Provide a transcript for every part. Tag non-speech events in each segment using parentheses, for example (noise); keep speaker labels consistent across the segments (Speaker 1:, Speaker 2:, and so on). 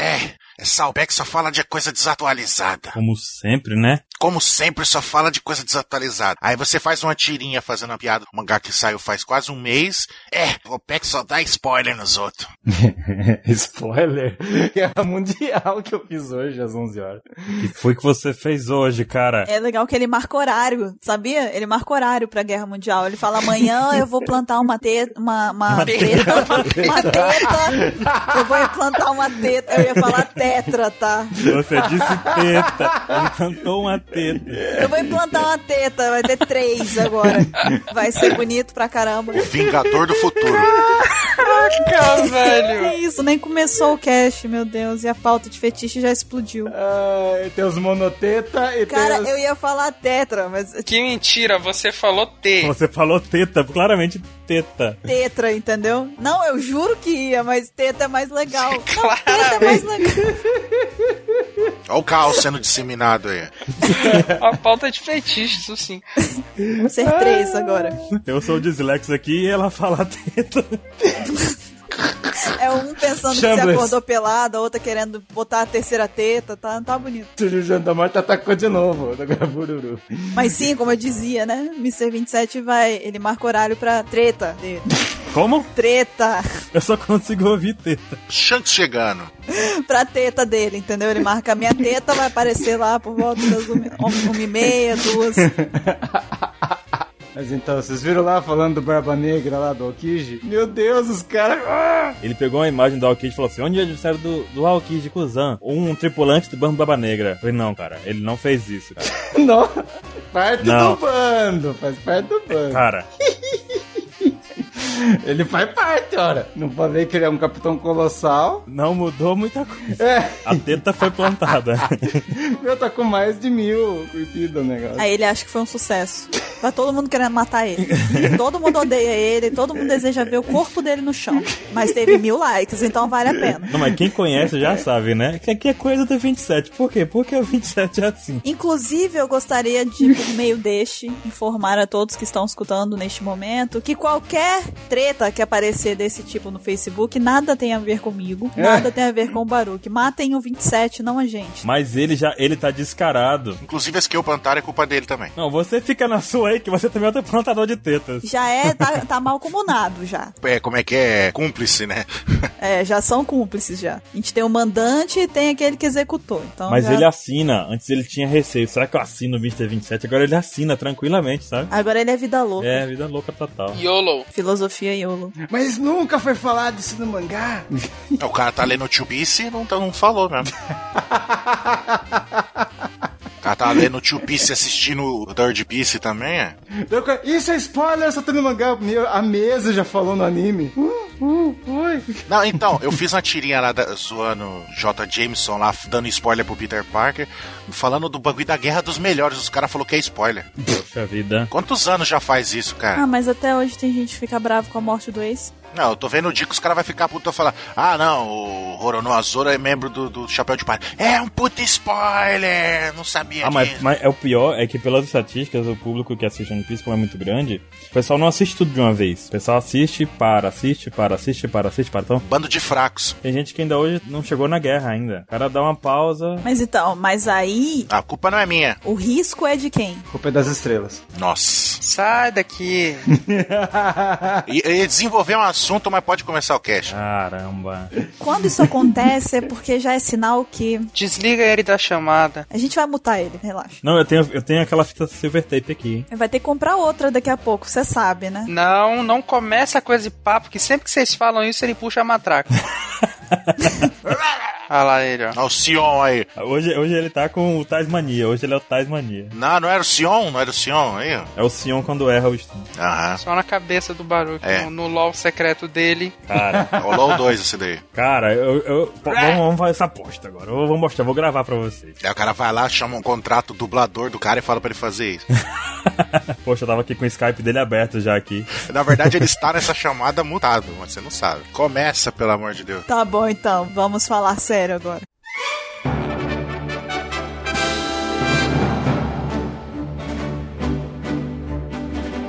Speaker 1: É, essa Albeck só fala de coisa desatualizada.
Speaker 2: Como sempre, né?
Speaker 1: Como sempre, só fala de coisa desatualizada. Aí você faz uma tirinha fazendo uma piada do mangá que saiu faz quase um mês. É, o Albeck só dá spoiler nos outros.
Speaker 3: Spoiler? É mundial que eu fiz hoje às 11 horas.
Speaker 2: O que foi que você fez hoje, cara?
Speaker 4: É legal que ele marca horário, sabia? Ele marca horário pra Guerra Mundial. Ele fala, amanhã eu vou plantar uma teta, uma, uma,
Speaker 2: Uma
Speaker 4: teta, (laughs) uma teta, eu vou implantar uma teta, eu ia falar tetra, tá?
Speaker 2: Você disse teta. Ele cantou uma teta.
Speaker 4: Eu vou implantar uma teta, vai ter três agora. Vai ser bonito pra caramba.
Speaker 1: O Vingador do Futuro.
Speaker 5: Caraca, Ah, velho.
Speaker 4: É isso, nem começou o cast, meu Deus, e a pauta de fetiche já explodiu.
Speaker 3: Ah, tem os monoteta e
Speaker 4: Cara,
Speaker 3: tem os...
Speaker 4: eu ia falar tetra, mas
Speaker 5: Que mentira, você falou T.
Speaker 2: Você falou teta, claramente teta.
Speaker 4: tetra, entendeu? Não, eu juro que ia, mas teta é mais legal. Não, teta é mais
Speaker 5: Claramente.
Speaker 4: legal.
Speaker 1: Olha o caos sendo disseminado aí.
Speaker 5: A pauta é de assim. fetiche, isso sim.
Speaker 4: Vamos ser três agora.
Speaker 2: Eu sou o Dislex aqui e ela fala teta.
Speaker 4: É um pensando que se
Speaker 2: Chambers.
Speaker 4: acordou pelado, a outra querendo botar a terceira teta, tá, tá bonito.
Speaker 3: O Juliano da Morte atacou de novo. do Gabururu.
Speaker 4: Mas sim, como eu dizia, né? Mr. 27 vai, ele marca horário pra treta. de-
Speaker 2: Como?
Speaker 4: Treta! (laughs)
Speaker 2: Eu só consigo ouvir teta.
Speaker 1: Shanks chegando.
Speaker 4: Pra teta dele, entendeu? Ele marca a minha teta, vai aparecer lá por volta das uma, uma e meia, duas.
Speaker 3: Mas então, vocês viram lá falando do Barba Negra lá do Okiji? Meu Deus, os caras... Ah!
Speaker 2: Ele pegou uma imagem do Alkid e falou assim: onde é o aniversário do, do Alkid Kuzan? Um tripulante do Bambu Baba Negra. Eu falei, não, cara, ele não fez isso, cara.
Speaker 3: Não. Parte
Speaker 2: Não.
Speaker 3: do bando, faz parte do bando.
Speaker 2: Cara,
Speaker 3: Ele faz parte, ora. Não falei que ele é um capitão colossal.
Speaker 2: não mudou muita coisa.
Speaker 3: É,
Speaker 2: A teta foi plantada.
Speaker 3: meu tá com mais de mil curtida o negócio.
Speaker 4: Aí ele acha que foi um sucesso. Tá todo mundo querendo matar ele. Todo mundo odeia ele, todo mundo deseja ver o corpo dele no chão. Mas teve mil likes, então vale a pena.
Speaker 2: Não, mas quem conhece já sabe, né? Que aqui é coisa do 27. Por quê? Porque o 27 é assim.
Speaker 4: Inclusive, eu gostaria de, por meio deste, informar a todos que estão escutando neste momento que qualquer treta que aparecer desse tipo no Facebook, nada tem a ver comigo,
Speaker 2: É.
Speaker 4: nada tem a ver com o Baruque. Matem o 27, não a gente.
Speaker 2: Mas ele já, ele tá descarado.
Speaker 1: Inclusive, as que eu plantar é culpa dele também.
Speaker 2: Não, você fica na sua aí que você também é outro plantador de tetas.
Speaker 4: Já é, tá, tá mal comunado já.
Speaker 1: É, como é que é? Cúmplice, né? (laughs)
Speaker 4: É, já são cúmplices já. A gente tem o mandante e tem aquele que executou. Então
Speaker 2: Mas
Speaker 4: já-
Speaker 2: ele é assina. Antes ele tinha receio. Será que eu assino o 27? Agora ele assina tranquilamente, sabe?
Speaker 4: Agora ele é vida louca.
Speaker 2: É, vida louca total.
Speaker 5: YOLO.
Speaker 4: Filosofia YOLO.
Speaker 3: Mas nunca foi falado isso no mangá.
Speaker 1: O cara tá lendo o Tchubice e não, tá- não falou mesmo. (laughs) O cara tá lendo o Tchubice assistindo o Third Piece também, é?
Speaker 3: Eu co- Isso é spoiler, só tem no mangá. Meu, a mesa já falou no anime. Uh, uh, oi.
Speaker 1: Não, então, eu fiz uma tirinha lá da, zoando J. Jameson lá, dando spoiler pro Peter Parker, falando do bagulho da guerra dos melhores. Os caras falaram que é spoiler.
Speaker 2: Poxa vida.
Speaker 1: Quantos anos já faz isso, cara?
Speaker 4: Ah, mas até hoje tem gente que fica bravo com a morte do ex.
Speaker 1: Não, eu tô vendo o dia que os caras vão ficar puto e falar: Ah, não, o Roronoa Azora é membro do, do Chapéu de Palha. É um puta spoiler! Não sabia
Speaker 2: Ah, mas,
Speaker 1: disso.
Speaker 2: mas é o pior é que pelas estatísticas, o público que assiste One Piece, como é muito grande, o pessoal não assiste tudo de uma vez. O pessoal assiste, para, assiste, para, assiste, para, assiste, para. Então,
Speaker 1: Bando de fracos.
Speaker 2: tem gente que ainda hoje não chegou na guerra ainda. O cara dá uma pausa.
Speaker 4: Mas então, mas aí
Speaker 1: A culpa não é minha.
Speaker 4: o risco é de quem?
Speaker 3: Culpa é das estrelas.
Speaker 1: Nossa.
Speaker 5: Sai daqui.
Speaker 1: E, e desenvolver um assunto, mas pode começar o cast.
Speaker 2: Caramba.
Speaker 4: Quando isso acontece é porque já é sinal que
Speaker 5: Desliga ele da chamada.
Speaker 4: a gente vai mutar ele, relaxa.
Speaker 2: Não, eu tenho, eu tenho aquela fita silver tape aqui, hein?
Speaker 4: Vai ter que comprar outra daqui a pouco, você sabe, né?
Speaker 5: Não, não começa coisa de papo, que sempre que vocês falam isso, ele puxa a matraca. Olha lá ele, ó.
Speaker 1: Olha o Sion aí.
Speaker 2: Hoje, hoje ele tá com o Tasmania, hoje ele é o Tasmania.
Speaker 1: Não, não era o Sion? Não era o Sion aí? ó.
Speaker 2: É o Sion quando erra o stun.
Speaker 1: Aham.
Speaker 5: Só na cabeça do Baruch,
Speaker 1: É.
Speaker 5: no, no LOL secreto dele.
Speaker 2: Cara, (laughs)
Speaker 1: Rolou É o 2 esse daí.
Speaker 2: cara, eu. eu- pô, vamos, vamos fazer essa aposta agora. Eu vou mostrar, vou gravar pra vocês.
Speaker 1: Aí o cara vai lá, chama um contrato dublador do cara e fala pra ele fazer isso.
Speaker 2: Poxa, eu tava aqui com o Skype dele aberto já aqui.
Speaker 1: Na verdade, ele está nessa chamada mutado, mas você não sabe. Começa, pelo amor de Deus.
Speaker 4: Tá bom então, vamos falar sério agora.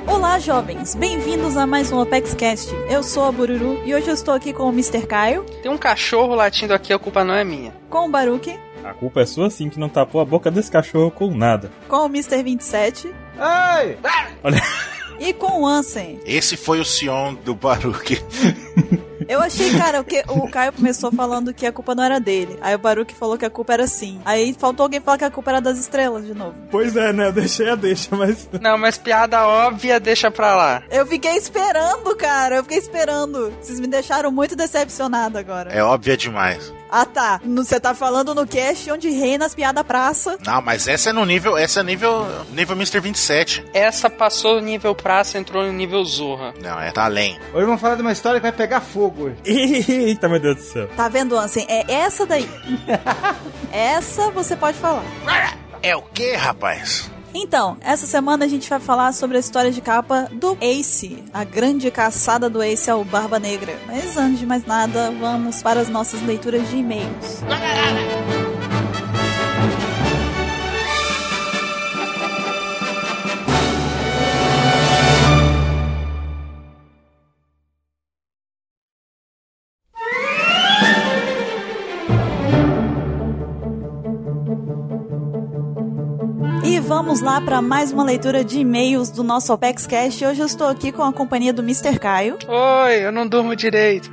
Speaker 4: Olá, Olá, jovens! Bem-vindos a mais um ApexCast. Eu sou a Bururu e hoje eu estou aqui com o Mr. Caio,
Speaker 5: Tem um cachorro latindo aqui, a culpa não é minha.
Speaker 4: com o Baruque,
Speaker 2: A culpa é sua sim que não tapou a boca desse cachorro com nada.
Speaker 4: com o Mr. 27
Speaker 3: Ai!
Speaker 4: e com o Ansem.
Speaker 1: Esse foi o Sion do Baruque.
Speaker 4: Eu achei, cara, que o Caio começou falando que a culpa não era dele. Aí o Baruque falou que a culpa era sim. Aí faltou alguém falar que a culpa era das estrelas de novo.
Speaker 2: Pois é, né? Eu deixei a deixa, mas. (laughs)
Speaker 5: Não, mas piada óbvia, deixa pra lá.
Speaker 4: Eu fiquei esperando, cara. Eu fiquei esperando. Vocês me deixaram muito decepcionada agora.
Speaker 1: É óbvio demais.
Speaker 4: Ah, tá. No- Você tá falando no cast onde reina as piadas praça.
Speaker 1: Não, mas essa é no nível. Essa é nível. nível Mr. 27.
Speaker 5: Essa passou o nível praça, entrou no nível zorra.
Speaker 1: Não, é tá além.
Speaker 3: Hoje vamos falar de uma história que vai pegar fogo hoje.
Speaker 2: Eita, meu Deus do
Speaker 4: (laughs)
Speaker 2: céu.
Speaker 4: Tá vendo, Ansem? É essa daí. essa você pode falar.
Speaker 1: É o que, rapaz?
Speaker 4: Então, essa semana a gente vai falar sobre a história de capa do Ace, a grande caçada do Ace ao Barba Negra. Mas antes de mais nada, vamos para as nossas leituras de e-mails. E vamos lá para mais uma leitura de e-mails do nosso Opex Cash. Hoje eu estou aqui com a companhia do Mr. Caio.
Speaker 5: Oi, eu não durmo direito.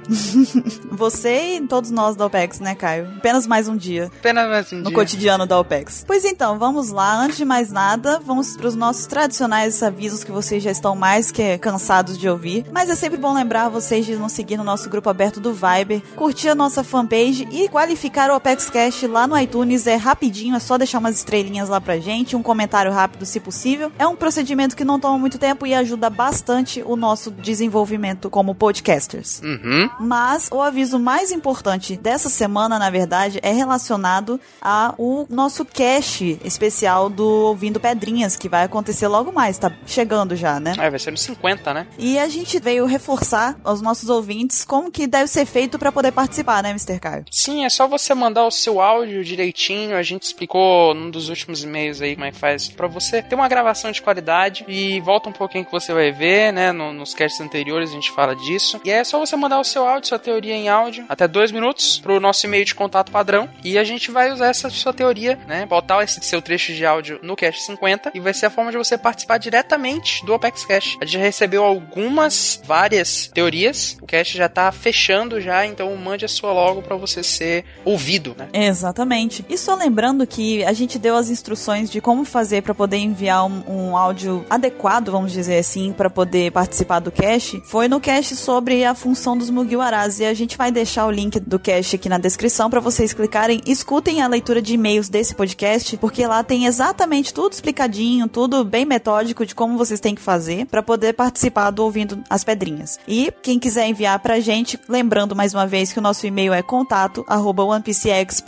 Speaker 4: Você e todos nós da Opex, né, Caio? Apenas mais um dia.
Speaker 5: Apenas mais um
Speaker 4: no
Speaker 5: dia.
Speaker 4: cotidiano da OPEX. Pois então, vamos lá. Antes de mais nada, vamos para os nossos tradicionais avisos que vocês já estão mais que cansados de ouvir. Mas é sempre bom lembrar vocês de nos seguir no nosso grupo aberto do Viber, curtir a nossa fanpage e qualificar o OPEX Cash lá no iTunes. É rapidinho, é só deixar umas estrelinhas lá pra gente, um comentário rápido se possível. É um procedimento que não toma muito tempo e ajuda bastante o nosso desenvolvimento como podcasters.
Speaker 5: Uhum.
Speaker 4: Mas o aviso mais importante dessa semana, na verdade, é relacionado ao nosso cache especial do Ouvindo Pedrinhas, que vai acontecer logo mais, tá chegando já, né?
Speaker 5: Ah, vai ser no 50, né?
Speaker 4: E a gente veio reforçar aos nossos ouvintes como que deve ser feito pra poder participar, né, Mr. Caio?
Speaker 5: Sim, é só você mandar o seu áudio direitinho. A gente explicou num dos últimos e-mails aí como é que faz pra você ter uma gravação de qualidade. E volta um pouquinho que você vai ver, né? no- nos casts anteriores a gente fala disso. E é só você mandar o seu áudio, sua teoria em áudio, até dois minutos, pro nosso e-mail de contato padrão. E a gente vai usar essa sua teoria, né? Botar esse seu trecho de áudio no Cast 50. E vai ser a forma de você participar diretamente do Apex Cash. A gente já recebeu algumas, várias teorias. O cast já tá fechando já, então mande a sua logo pra você ser ouvido, né?
Speaker 4: Exatamente. E só lembrando que a gente deu as instruções de como fazer pra poder enviar um, um áudio adequado, vamos dizer assim, pra poder participar do cache. Foi no cache sobre a função dos Mugiwaras e a gente vai deixar o link do cache aqui na descrição pra vocês clicarem, escutem a leitura de e-mails desse podcast, porque lá tem exatamente tudo explicadinho, tudo bem metódico de como vocês têm que fazer pra poder participar do ouvindo as pedrinhas. E quem quiser enviar pra gente, lembrando mais uma vez que o nosso e-mail é contato arroba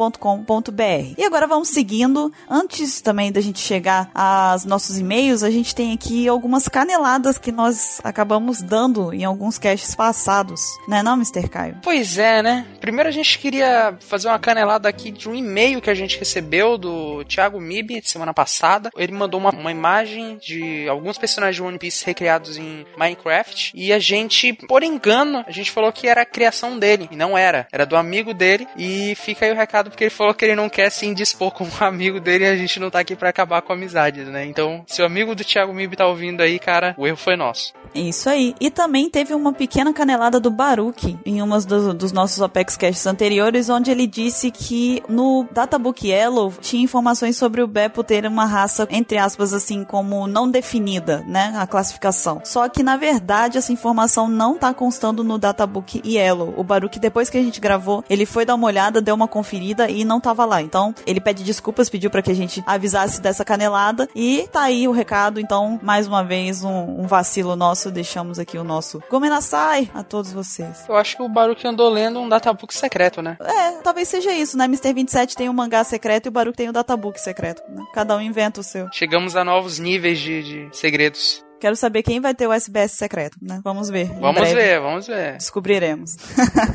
Speaker 4: onepcx.com.br. E agora vamos seguindo. Antes também da gente chegar aos nossos e-mails, a gente tem aqui algumas caneladas que nós acabamos dando em alguns caches passados. Não é não, Mr. Caio?
Speaker 5: Pois é, né? Primeiro a gente queria fazer uma canelada aqui de um e-mail que a gente recebeu do Thiago Mib de semana passada. Ele mandou uma, uma imagem de alguns personagens de One Piece recriados em Minecraft. E a gente, por engano, a gente falou que era a criação dele. E não era. Era do amigo dele. E fica aí o recado porque ele falou que ele não quer se indispor com o (laughs) amigo dele e a gente não tá aqui pra acabar com amizades, né? Então, se o amigo do Thiago Mib tá ouvindo aí, cara, o erro foi nosso.
Speaker 4: É Isso aí. E também teve uma pequena canelada do Baruque em umas dos, dos nossos Apex Casts anteriores, onde ele disse que no Databook Yellow tinha informações sobre o Beppo ter uma raça, entre aspas, assim, como não definida, né? A classificação. Só que, na verdade, essa informação não tá constando no Databook Yellow. O Baruque, depois que a gente gravou, ele foi dar uma olhada, deu uma conferida e não tava lá. Então, ele pede desculpas, pediu pra que a gente avisasse dessa canelada. E tá aí o recado. Então, mais uma vez, um, um vacilo nosso. Deixamos aqui o nosso Gomenasai a todos vocês.
Speaker 5: Eu acho que o Baruch andou lendo um databook secreto, né?
Speaker 4: É, talvez seja isso, né? Mr. 27 tem o mangá secreto e o Baruque tem o databook secreto. né? Cada um inventa o seu.
Speaker 5: Chegamos a novos níveis de, de segredos.
Speaker 4: Quero saber quem vai ter o SBS secreto, né? Vamos ver. em
Speaker 5: Vamos
Speaker 4: breve.
Speaker 5: ver, vamos ver.
Speaker 4: Descobriremos. (laughs)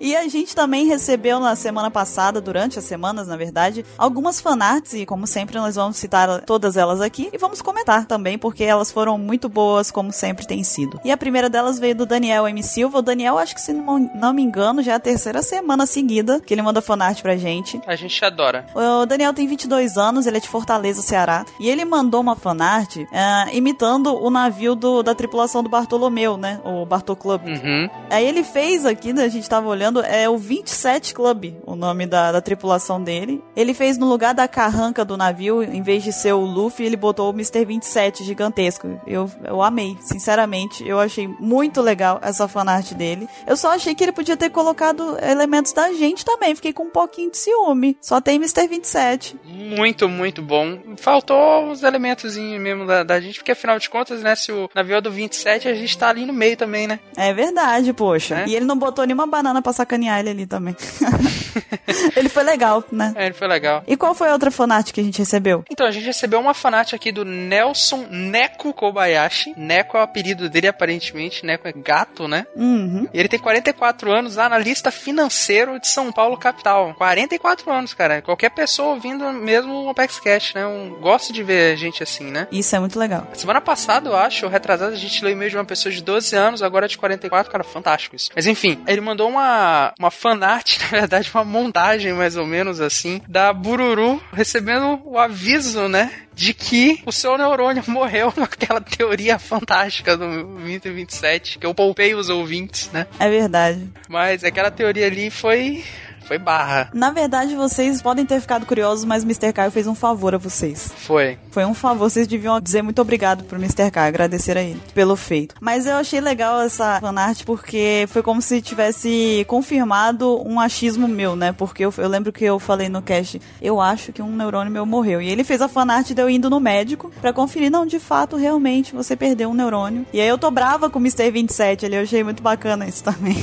Speaker 4: e a gente também recebeu na semana passada, durante as semanas, na verdade, algumas fanarts, e como sempre, nós vamos citar todas elas aqui e vamos comentar também, porque elas foram muito boas, como sempre tem sido. E a primeira delas veio do Daniel M. Silva. O Daniel, acho que se não não me engano, já é a terceira semana seguida que ele manda fanart pra gente.
Speaker 5: A gente adora.
Speaker 4: O Daniel tem 22 anos, ele é de Fortaleza, Ceará. E ele mandou uma fanart ah, imitando o navio do- da tripulação do Bartolomeu, né? O Bartol Club.
Speaker 5: Uhum.
Speaker 4: Aí ele fez aqui, né, a gente tava olhando, é o 27 Club, o nome da, da tripulação dele. Ele fez no lugar da carranca do navio, em vez de ser o Luffy, ele botou o Mr. 27 gigantesco. Eu, eu amei, sinceramente. Eu achei muito legal essa fanart dele. Eu só achei que ele podia ter colocado elementos da gente também. Fiquei com um pouquinho de ciúme. Só tem Mr. 27.
Speaker 5: Muito, muito bom. Faltou uns elementos mesmo da, da gente, porque afinal de contas, né, se o navio é do 27, a gente tá ali no meio também, né?
Speaker 4: É verdade, poxa.
Speaker 5: É.
Speaker 4: E ele não botou nenhuma banana pra sacanear ele ali também. (laughs) ele foi legal, né?
Speaker 5: É, ele foi legal.
Speaker 4: E qual foi a outra fanart que a gente recebeu?
Speaker 5: Então, a gente recebeu uma fanart aqui do Nelson Neko Kobayashi. Neko é o apelido dele, aparentemente. Neko é gato, né?
Speaker 4: Uhum.
Speaker 5: E ele tem 44 anos, analista financeiro de São Paulo, capital. 44 anos, cara. Qualquer pessoa ouvindo mesmo o Apex Cash, né? Um, gosto de ver gente assim, né?
Speaker 4: Isso é muito legal.
Speaker 5: Semana passada, eu acho, ou retrasada, a gente leu e-mail de uma pessoa de 12 anos, agora de 44, cara, fantástico isso. Mas enfim, ele mandou uma, uma fanart, (laughs) na verdade, uma montagem mais ou menos assim, da Bururu recebendo o aviso, né? De que o seu neurônio (laughs) morreu naquela teoria fantástica do 2027, que eu poupei os ouvintes, né?
Speaker 4: É verdade.
Speaker 5: Mas aquela teoria ali foi. Foi barra.
Speaker 4: Na verdade, vocês podem ter ficado curiosos, mas o Mr. Caio fez um favor a vocês.
Speaker 5: Foi.
Speaker 4: Foi um favor, vocês deviam dizer muito obrigado pro Mr. Caio, agradecer a ele pelo feito. Mas eu achei legal essa fanart porque foi como se tivesse confirmado um achismo meu, né? Porque eu, eu lembro que eu falei no cast, eu acho que um neurônio meu morreu. E ele fez a fanart de eu indo no médico pra conferir, não, de fato, realmente, você perdeu um neurônio. E aí eu tô brava com o Mr. 27 ali, eu achei muito bacana isso (laughs) também.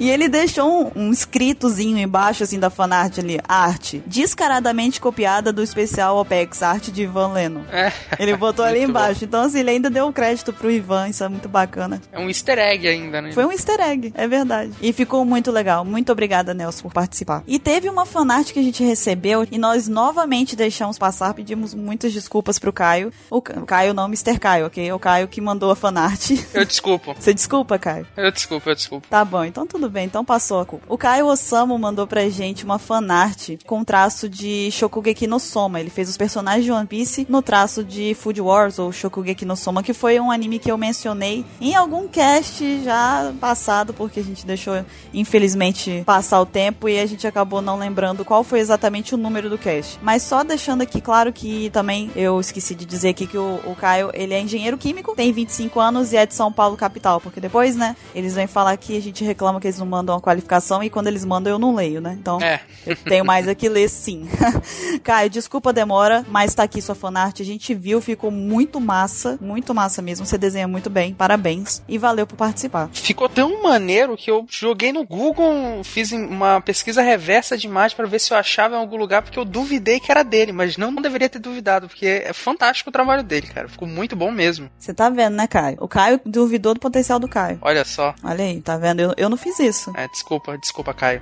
Speaker 4: E ele deixou um, um escritozinho embaixo, assim, da fanart ali, arte. Descaradamente copiada do especial OPEX, arte de Ivan Leno.
Speaker 5: É.
Speaker 4: Ele
Speaker 5: (laughs)
Speaker 4: botou ali
Speaker 5: Muito
Speaker 4: embaixo. Então, assim, ele ainda deu um crédito pro Ivan, isso é muito bacana.
Speaker 5: É um easter egg ainda, né?
Speaker 4: Foi um easter egg, é verdade. E ficou muito legal. Muito obrigada, Nelson, por participar. E teve uma fanart que a gente recebeu e nós novamente deixamos passar, pedimos muitas desculpas pro Caio. O Ca- o Caio não, Mr. Caio, ok? É o Caio que mandou a fanart. (laughs)
Speaker 5: Eu desculpo.
Speaker 4: Você desculpa, Caio?
Speaker 5: Eu desculpo, eu desculpo.
Speaker 4: Tá bom, então tudo bem, então passou a culpa. O Caio Osamu mandou pra gente uma fanart com traço de Shokugeki no Soma. Ele fez os personagens de One Piece no traço de Food Wars ou Shokugeki no Soma, que foi um anime que eu mencionei em algum cast já passado, porque a gente deixou, infelizmente, passar o tempo e a gente acabou não lembrando qual foi exatamente o número do cast. Mas só deixando aqui claro que também eu esqueci de dizer aqui que o, o Caio, ele é engenheiro químico, tem 25 anos e é de São Paulo capital, porque depois, né, eles vêm falar que a gente reclama que eles não mandam a qualificação e quando eles mandam eu não leio, né? Então,
Speaker 5: É.
Speaker 4: eu tenho mais aqui ler sim. (laughs) Caio, desculpa a demora, mas tá aqui sua fanart. A gente viu, ficou muito massa, muito massa mesmo. Você desenha muito bem, parabéns. E valeu por participar.
Speaker 5: Ficou tão maneiro que eu joguei no Google, fiz em- uma pesquisa reversa de imagem pra ver se eu achava em algum lugar, porque eu duvidei que era dele, mas não, não deveria ter duvidado, porque é fantástico o trabalho dele, cara. Ficou muito bom mesmo.
Speaker 4: Você tá vendo, né, Caio? O Caio duvidou do potencial do Caio.
Speaker 5: Olha só.
Speaker 4: Olha aí, tá vendo? Eu, eu não fiz isso.
Speaker 5: É, desculpa, desculpa,
Speaker 4: (laughs)
Speaker 5: Caio.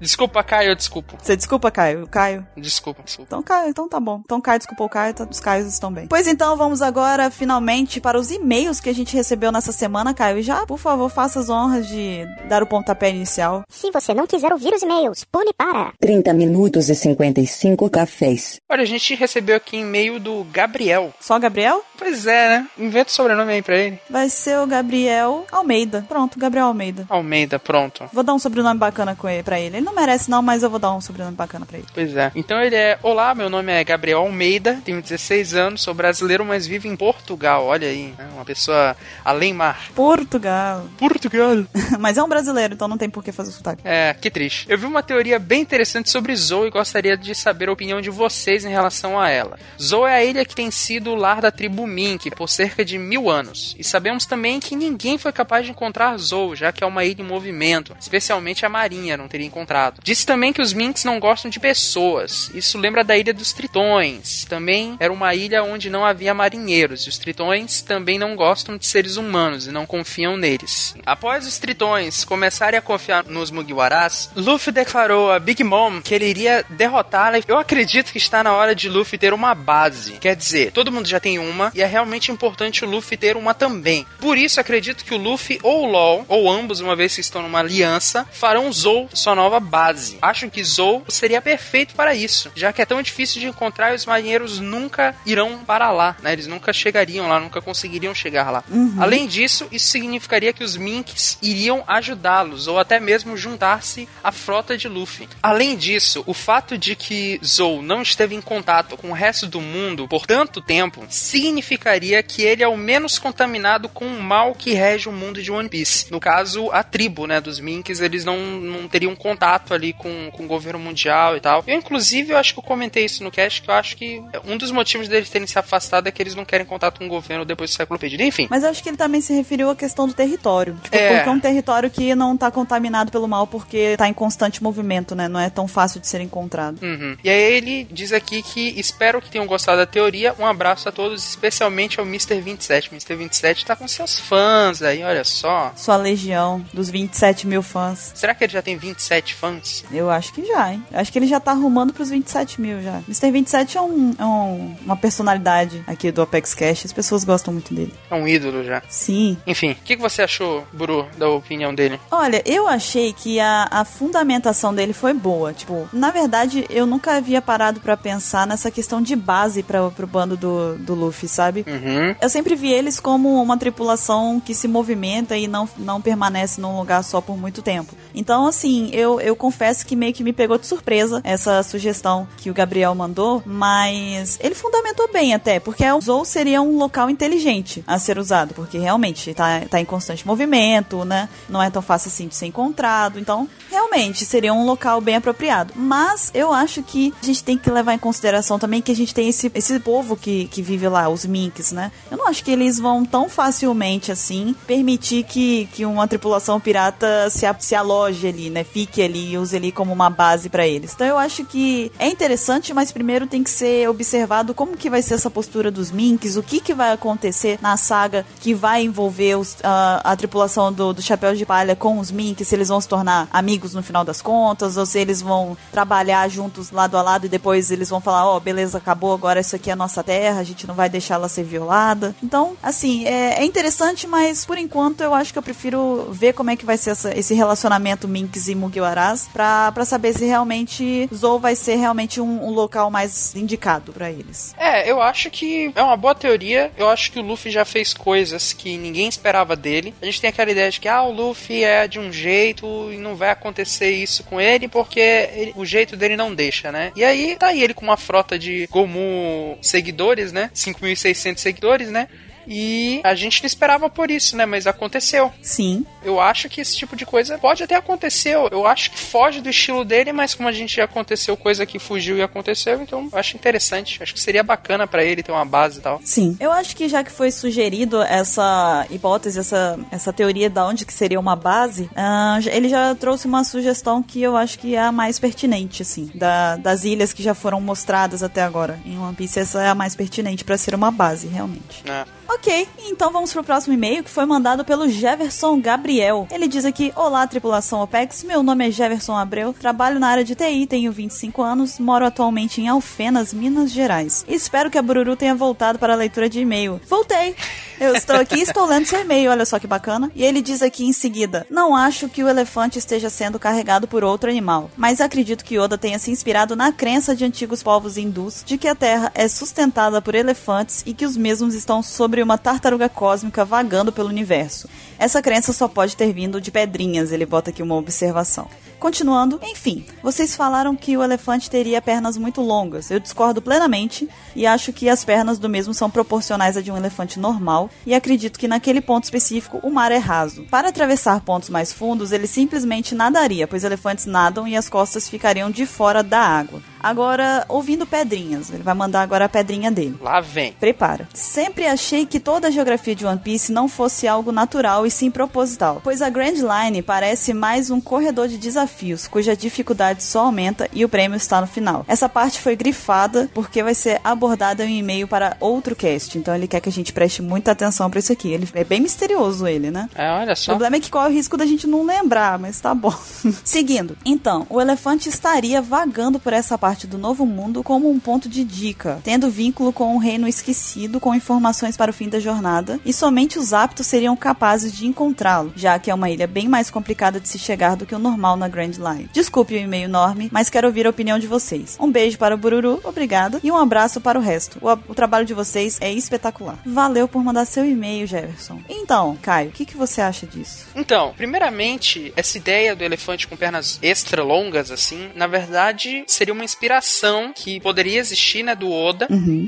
Speaker 5: desculpa, Caio, eu desculpo.
Speaker 4: Você desculpa, Caio? Caio?
Speaker 5: Desculpa, desculpa.
Speaker 4: Então, Caio, então tá bom. Então, Caio desculpou o Caio, tá- os Caios estão bem. Pois então, vamos agora, finalmente, para os e-mails que a gente recebeu nessa semana, Caio. E já, por favor, faça as honras de dar o pontapé inicial.
Speaker 6: Se você não quiser ouvir os e-mails, pule para.
Speaker 7: 30 minutos e 55 cafés.
Speaker 5: Olha, a gente recebeu aqui e-mail do Gabriel.
Speaker 4: Só Gabriel?
Speaker 5: Pois é, né? Inventa o sobrenome aí pra ele.
Speaker 4: Vai ser o Gabriel Almeida. Pronto, Gabriel Almeida.
Speaker 5: Almeida, pronto.
Speaker 4: Vou dar um sobrenome bacana com ele, pra ele. Ele não merece, não, mas eu vou dar um sobrenome bacana pra ele.
Speaker 5: Pois é. Então ele é: Olá, meu nome é Gabriel Almeida, tenho 16 anos, sou brasileiro, mas vivo em Portugal. Olha aí, né? uma pessoa além mar.
Speaker 4: Portugal. (laughs)
Speaker 5: Portugal.
Speaker 4: mas é um brasileiro, então não tem por que fazer sotaque.
Speaker 5: É, que triste. Eu vi uma teoria bem interessante sobre Zoe e gostaria de saber a opinião de vocês em relação a ela. Zoe é a ilha que tem sido o lar da tribo Mink por cerca de mil anos. E sabemos também que ninguém foi capaz de encontrar Zoe, já que é uma ilha em movimento, especialmente a marinha não teria encontrado. exagerado. Disse também que os minks não gostam de pessoas. Isso lembra da ilha dos tritões. Também era uma ilha onde não havia marinheiros. E os tritões também não gostam de seres humanos e não confiam neles. Após os tritões começarem a confiar nos Mugiwaras, Luffy declarou a Big Mom que ele iria derrotá-la. Eu acredito que está na hora de Luffy ter uma base. Quer dizer, todo mundo já tem uma e é realmente importante o Luffy ter uma também. Por isso, acredito que o Luffy ou o LOL, ou ambos, uma vez que estão numa aliança, farão Zou sua nova base. Acho que Zou seria perfeito para isso, já que é tão difícil de encontrar e os marinheiros nunca irão para lá, né? Eles nunca chegariam lá, nunca conseguiriam chegar lá. Além disso, isso significaria que os Minks iriam ajudá-los, ou até mesmo juntar-se à frota de Luffy. Além disso, o fato de que Zou não esteve em contato com o resto do mundo por tanto tempo significaria que ele é o menos contaminado com o mal que rege o mundo de One Piece. No caso, a tribo, né, dos Minks, eles não, não teriam contato ali com, com o governo mundial e tal. Eu, inclusive, eu acho que eu comentei isso no cast, que eu acho que um dos motivos deles terem se afastado é que eles não querem contato com o governo depois do século perdido. Enfim,
Speaker 4: Mas eu acho que ele também se referiu à questão do território. Tipo,
Speaker 5: É.
Speaker 4: porque é um território que não tá contaminado pelo mal porque tá em constante movimento, né? Não é tão fácil de ser encontrado.
Speaker 5: Uhum. E aí ele diz aqui que espero que tenham gostado da teoria. Um abraço a todos, especialmente ao Mr. 27. Mr. 27 tá com seus fãs aí, olha só.
Speaker 4: Sua legião dos 27 mil fãs.
Speaker 5: Será que ele já tem 27 fãs?
Speaker 4: Eu acho que já, hein? Eu acho que ele já tá arrumando pros 27 mil já. Mr. 27 é, um, é um- uma personalidade aqui do Apex Cash. As pessoas gostam muito dele.
Speaker 5: É um ídolo já.
Speaker 4: Sim.
Speaker 5: Enfim, o que, que você achou, Buru, da opinião dele?
Speaker 4: Olha, eu achei que a, a fundamentação dele foi boa. Tipo, na verdade, eu nunca havia parado pra pensar nessa questão de base para pro bando do, do Luffy, sabe?
Speaker 5: Uhum.
Speaker 4: Eu sempre vi eles como uma tripulação que se movimenta e não, não permanece num lugar só por muito tempo. Então, assim, eu, eu confesso que meio que me pegou de surpresa essa sugestão que o Gabriel mandou, mas ele fundamentou bem até, porque o Zou seria um local inteligente a ser usado, porque realmente tá, tá em constante movimento, né? Não é tão fácil assim de ser encontrado, então realmente seria um local bem apropriado. Mas eu acho que a gente tem que levar em consideração também que a gente tem esse, esse povo que, que vive lá, os minks, né? Eu não acho que eles vão tão facilmente assim permitir que, que uma tripulação pirata se, a- se aloje ali, né? Fique ali e use ali como uma base pra eles. Então eu acho que é interessante, mas primeiro tem que ser observado como que vai ser essa postura dos minks, o que que vai acontecer na saga que vai envolver os- ah, a, a tripulação do, do Chapéu de Palha com os minks, se eles vão se tornar amigos no final das contas, ou se eles vão trabalhar juntos lado a lado e depois eles vão falar, ó, beleza, acabou, agora isso aqui é nossa terra, a gente não vai deixar ela ser violada. Então, assim, é, é interessante, mas por enquanto eu acho que eu prefiro ver como é que vai ser essa- esse relacionamento Minks e Mugiwaras pra, pra saber se realmente Zou vai ser realmente um, um local mais indicado pra eles.
Speaker 5: É, eu acho que é uma boa teoria. Eu acho que o Luffy já fez coisas que ninguém esperava dele. A gente tem aquela ideia de que ah, o Luffy é de um jeito e não vai acontecer isso com ele porque ele- o jeito dele não deixa, né? E aí tá aí ele com uma frota de Gomu seguidores, né? 5.600 seguidores, né? E a gente não esperava por isso, né? Mas aconteceu.
Speaker 4: Sim.
Speaker 5: Eu acho que esse tipo de coisa pode até acontecer. Eu- Eu acho que foge do estilo dele, mas como a gente já aconteceu coisa que fugiu e aconteceu, então eu acho interessante. Acho que seria bacana pra ele ter uma base e tal.
Speaker 4: Sim. Eu acho que já que foi sugerido essa hipótese, essa, essa teoria da onde que seria uma base, ah, já- ele já trouxe uma sugestão que eu acho que é a mais pertinente, assim, da- das ilhas que já foram mostradas até agora. Em One Piece, essa é a mais pertinente pra ser uma base, realmente.
Speaker 5: né?
Speaker 4: Ok, então vamos pro próximo e-mail que foi mandado pelo Jefferson Gabriel. Ele diz aqui: Olá, tripulação OPEX, meu nome é Jefferson Abreu, trabalho na área de TI, tenho 25 anos, moro atualmente em Alfenas, Minas Gerais. Espero que a Bururu tenha voltado para a leitura de e-mail. Voltei! Eu estou aqui e estou lendo seu e-mail, olha só que bacana. E ele diz aqui em seguida: Não acho que o elefante esteja sendo carregado por outro animal, mas acredito que Yoda tenha se inspirado na crença de antigos povos hindus de que a Terra é sustentada por elefantes e que os mesmos estão sobre uma tartaruga cósmica vagando pelo universo. Essa crença só pode ter vindo de pedrinhas, ele bota aqui uma observação. Continuando, enfim, vocês falaram que o elefante teria pernas muito longas. Eu discordo plenamente e acho que as pernas do mesmo são proporcionais à de um elefante normal e acredito que naquele ponto específico o mar é raso. Para atravessar pontos mais fundos, ele simplesmente nadaria, pois elefantes nadam e as costas ficariam de fora da água. Agora, ouvindo Pedrinhas, ele vai mandar agora a pedrinha dele.
Speaker 5: Lá vem.
Speaker 4: Prepara. Sempre achei que toda a geografia de One Piece não fosse algo natural e sim proposital, pois a Grand Line parece mais um corredor de desafios, cuja dificuldade só aumenta e o prêmio está no final. Essa parte foi grifada porque vai ser abordada em um e-mail para outro cast, então ele quer que a gente preste muita atenção pra isso aqui. Ele é bem misterioso ele, né?
Speaker 5: É, olha
Speaker 4: O
Speaker 5: só.
Speaker 4: problema é que qual é o risco da gente não lembrar, mas tá bom. (laughs) Seguindo. Então, o elefante estaria vagando por essa parte do novo mundo como um ponto de dica, tendo vínculo com um reino esquecido com informações para o fim da jornada, e somente os aptos seriam capazes de encontrá-lo, já que é uma ilha bem mais complicada de se chegar do que o normal na Grand Line. Desculpe o e-mail enorme, mas quero ouvir a opinião de vocês. Um beijo para o Bururu, obrigada, e um abraço para o resto. O, o trabalho de vocês é espetacular. Valeu por mandar seu e-mail, Jefferson. Então, Caio, o que que você acha disso?
Speaker 5: Então, primeiramente, essa ideia do elefante com pernas extra longas, assim, na verdade, seria uma inspiração que poderia existir, né, do Oda,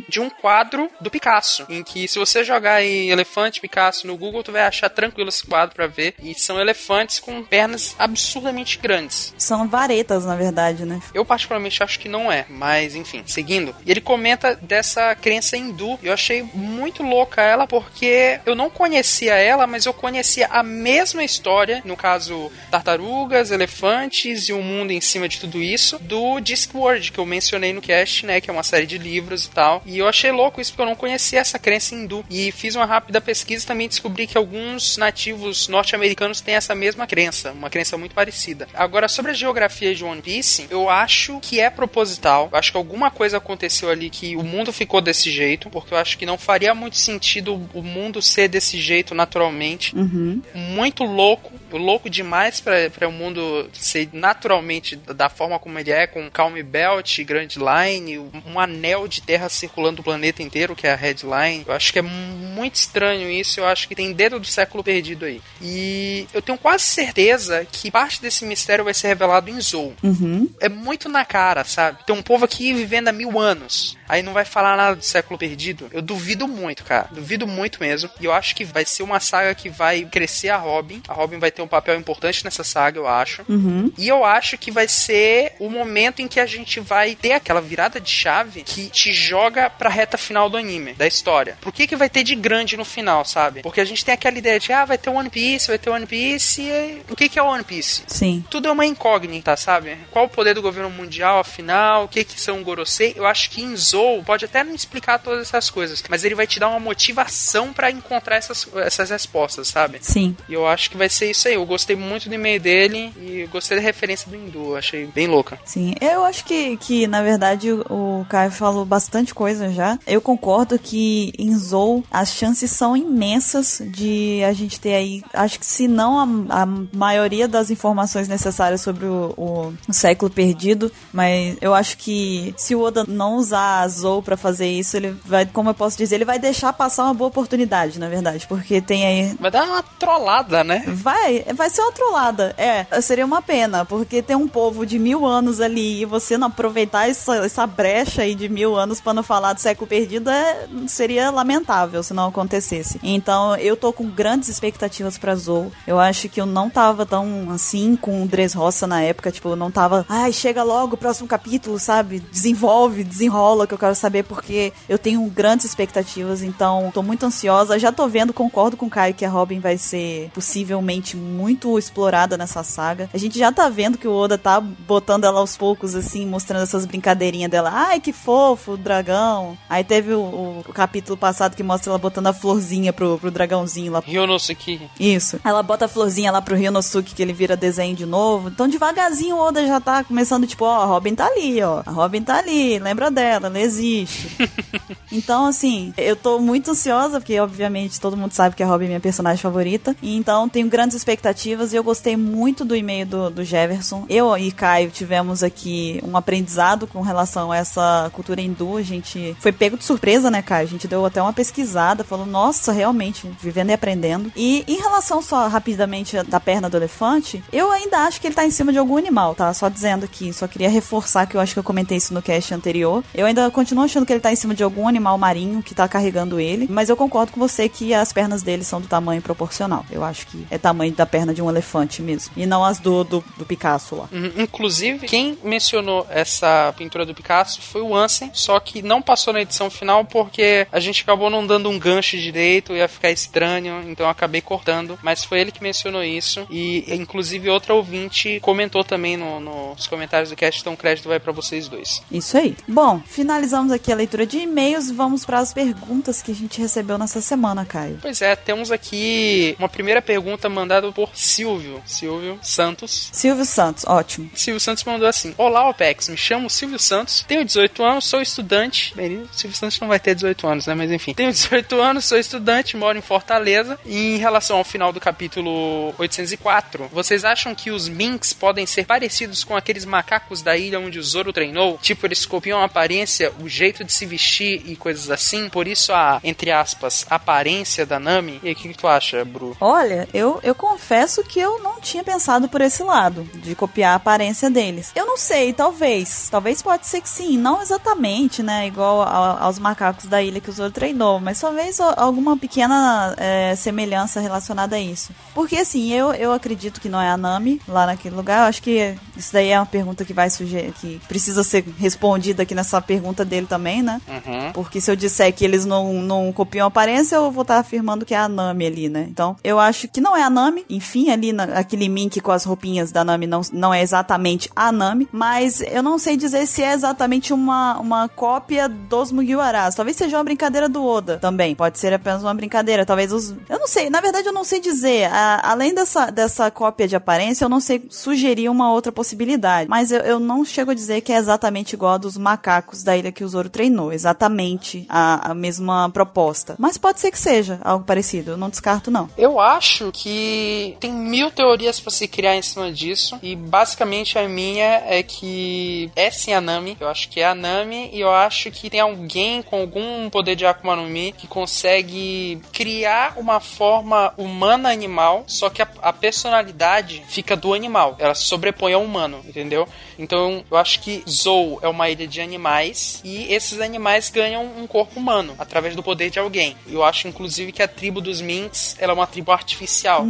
Speaker 5: de um quadro do Picasso. Em que, se você jogar aí elefante Picasso no Google, tu vai achar tranquilo esse quadro pra ver. E são elefantes com pernas absurdamente grandes.
Speaker 4: São varetas, na verdade, né?
Speaker 5: Eu particularmente acho que não é, mas enfim, seguindo. E ele comenta dessa crença hindu. Eu achei muito louca ela porque eu não conhecia ela, mas eu conhecia a mesma história, no caso tartarugas, elefantes e o mundo em cima de tudo isso, do Discworld que eu mencionei no cast, né, que é uma série de livros e tal. E eu achei louco isso porque eu não conhecia essa crença hindu e fiz uma rápida pesquisa e também descobri que alguns nativos norte-americanos têm essa mesma crença, uma crença muito parecida. Agora, sobre a geografia de One Piece, eu acho que é proposital. Eu acho que alguma coisa aconteceu ali que o mundo ficou desse jeito, porque eu acho que não faria muito sentido o mundo ser desse jeito naturalmente. Muito louco, louco demais para o mundo ser naturalmente da forma como ele é, com Calm Belt, Grand Line, um anel de terra circulando o planeta inteiro, que é a Red Line. Eu acho que é muito estranho isso, eu acho que tem dedo do século perdido aí. E eu tenho quase certeza que parte desse mistério vai ser revelado em Zou
Speaker 4: Uhum,
Speaker 5: é muito na cara, sabe? Tem um povo aqui vivendo há mil anos. Aí não vai falar nada do século perdido. Eu duvido muito, cara. Duvido muito mesmo. E eu acho que vai ser uma saga que vai crescer a Robin. A Robin vai ter um papel importante nessa saga, eu acho. E eu acho que vai ser o momento em que a gente vai ter aquela virada de chave que te joga pra reta final do anime, da história. Por que que vai ter de grande no final, sabe? Porque a gente tem aquela ideia de, ah, vai ter One Piece, vai ter One Piece. E... O que que é One Piece?
Speaker 4: Sim.
Speaker 5: tudo é uma incógnita, sabe? Qual o poder do governo mundial, afinal, o que que são Gorosei? Eu acho que em Zou pode até não explicar todas essas coisas, mas ele vai te dar uma motivação pra encontrar essas, essas respostas, sabe?
Speaker 4: Sim.
Speaker 5: E eu acho que vai ser isso aí. Eu gostei muito do e-mail dele e gostei da referência do Hindu. Eu Achei bem louca.
Speaker 4: Sim, eu acho que, que na verdade, o o Caio falou bastante coisa já. Eu concordo que em Zou as chances são imensas de a gente ter aí, acho que se não a, a maioria das informações necessárias sobre o, o- o século perdido, mas eu acho que se o Oda não usar a Zou pra fazer isso, ele vai, como eu posso dizer, ele vai deixar passar uma boa oportunidade, na verdade, porque tem aí
Speaker 5: Vai dar uma trollada, né?
Speaker 4: Vai, vai ser uma trollada. É, seria uma pena, porque tem um povo de mil anos ali e você não aproveitar essa, essa brecha aí de mil anos pra não falar do século perdido é- seria lamentável se não acontecesse. Então eu tô com grandes expectativas pra Zou. Eu acho que eu não tava tão assim com o Dres Roça na época, tipo, eu não tava, ai, chega logo, próximo capítulo, sabe? Desenvolve, desenrola, que eu quero saber porque eu tenho grandes expectativas, então tô muito ansiosa. Já tô vendo, concordo com o Caio que a Robin vai ser possivelmente muito explorada nessa saga. A gente já tá vendo que o Oda tá botando ela aos poucos, assim, mostrando essas brincadeirinhas dela. Ai, que fofo, o dragão. Aí teve o, o- o capítulo passado que mostra ela botando a florzinha pro, pro dragãozinho lá
Speaker 5: Ryonosuke.
Speaker 4: isso. Ela bota a florzinha lá pro Ryonosuke que ele vira desenho de novo. Então devagarzinho o Oda já tá começando, tipo, ó, a Robin tá ali, ó. A Robin tá ali, lembra dela, ela existe. então, assim, eu tô muito ansiosa, porque obviamente todo mundo sabe que a Robin é minha personagem favorita. E, Então tenho grandes expectativas e eu gostei muito do e-mail do, do Jefferson. Eu e Caio tivemos aqui um aprendizado com relação a essa cultura hindu. A gente foi pego de surpresa, né, Caio? A gente deu até uma pesquisada, falou, nossa, realmente, vivendo e aprendendo. E em relação só rapidamente da perna do elefante, eu ainda acho que ele tá em cima de algum animal, tá? Só dizendo aqui, só queria reforçar que eu acho que eu comentei isso no cast anterior. Eu ainda eu continuo achando que ele tá em cima de algum animal marinho que tá carregando ele, mas eu concordo com você que as pernas dele são do tamanho proporcional. Eu acho que é tamanho da perna de um elefante mesmo. E não as do, do, do Picasso lá.
Speaker 5: Uhum. Inclusive, quem mencionou essa pintura do Picasso foi o Ansem, só que não passou na edição final porque a gente acabou não dando um gancho direito, ia ficar estranho, então eu acabei cortando. Mas foi ele que mencionou isso. E inclusive outra ouvinte comentou também no- nos comentários do cast, então o crédito vai pra vocês dois.
Speaker 4: Isso aí. Bom, finalizamos aqui a leitura de e-mails e vamos para as perguntas que a gente recebeu nessa semana, Caio.
Speaker 5: Pois é, temos aqui uma primeira pergunta mandada por Silvio. Silvio Santos.
Speaker 4: Silvio Santos, ótimo.
Speaker 5: Silvio Santos mandou assim: Olá, OPEX, me chamo Silvio Santos, tenho 18 anos, sou estudante. Bem, Silvio Santos não vai ter 18 anos, né? Mas enfim, tenho 18 anos, sou estudante, moro em Fortaleza. E em relação ao final do capítulo 804, vocês acham que os minks podem ser parecidos com aqueles macacos da ilha onde o Zoro treinou? Tipo, eles copiam a aparência, o jeito de se vestir e coisas assim? Por isso a, entre aspas, aparência da Nami? E aí, o que, que tu acha, Bru?
Speaker 4: Olha, eu, eu confesso que eu não tinha pensado por esse lado, de copiar a aparência deles. Eu não sei, talvez. Talvez pode ser que sim, não exatamente, né? Igual a- aos macacos da ilha que o Zoro treinou, mas talvez a- alguma pequena é, semelhança relacionada a isso. Porque assim, eu, eu acredito que não é a Nami lá naquele lugar. Eu acho que isso daí é uma pergunta que vai sugerir, que precisa ser respondida aqui nessa pergunta dele também, né?
Speaker 5: Uhum.
Speaker 4: Porque se eu disser que eles não, não copiam a aparência, eu vou estar afirmando que é a Nami ali, né? Então, eu acho que não é a Nami. Enfim, ali na- aquele mink com as roupinhas da Nami não, não é exatamente a Nami. Mas eu não sei dizer se é exatamente uma, uma cópia dos Mugiwaras. Talvez seja uma brincadeira do Oda também. Pode ser apenas uma brincadeira. Talvez os. Eu não sei. Na verdade, eu não sei dizer. A- além dessa, dessa cópia de aparência, eu não sei sugerir uma outra possibilidade. Mas eu, eu não chego a dizer que é exatamente igual a dos macacos da ilha que o Zoro treinou. Exatamente a, a mesma proposta. Mas pode ser que seja algo parecido. Eu não descarto, não.
Speaker 5: Eu acho que tem mil teorias pra se criar em cima disso. E basicamente a minha é que é sim a Nami. Eu acho que é a Nami. E eu acho que tem alguém com algum poder de Akuma no Mi que consegue criar uma forma humana animal. Só que a, a personalidade fica do animal. Ela se sobrepõe ao humano, entendeu? Então eu acho que Zou é uma ilha de animais. E esses animais ganham um corpo humano através do poder de alguém. Eu acho inclusive que a tribo dos Minks ela é uma tribo artificial.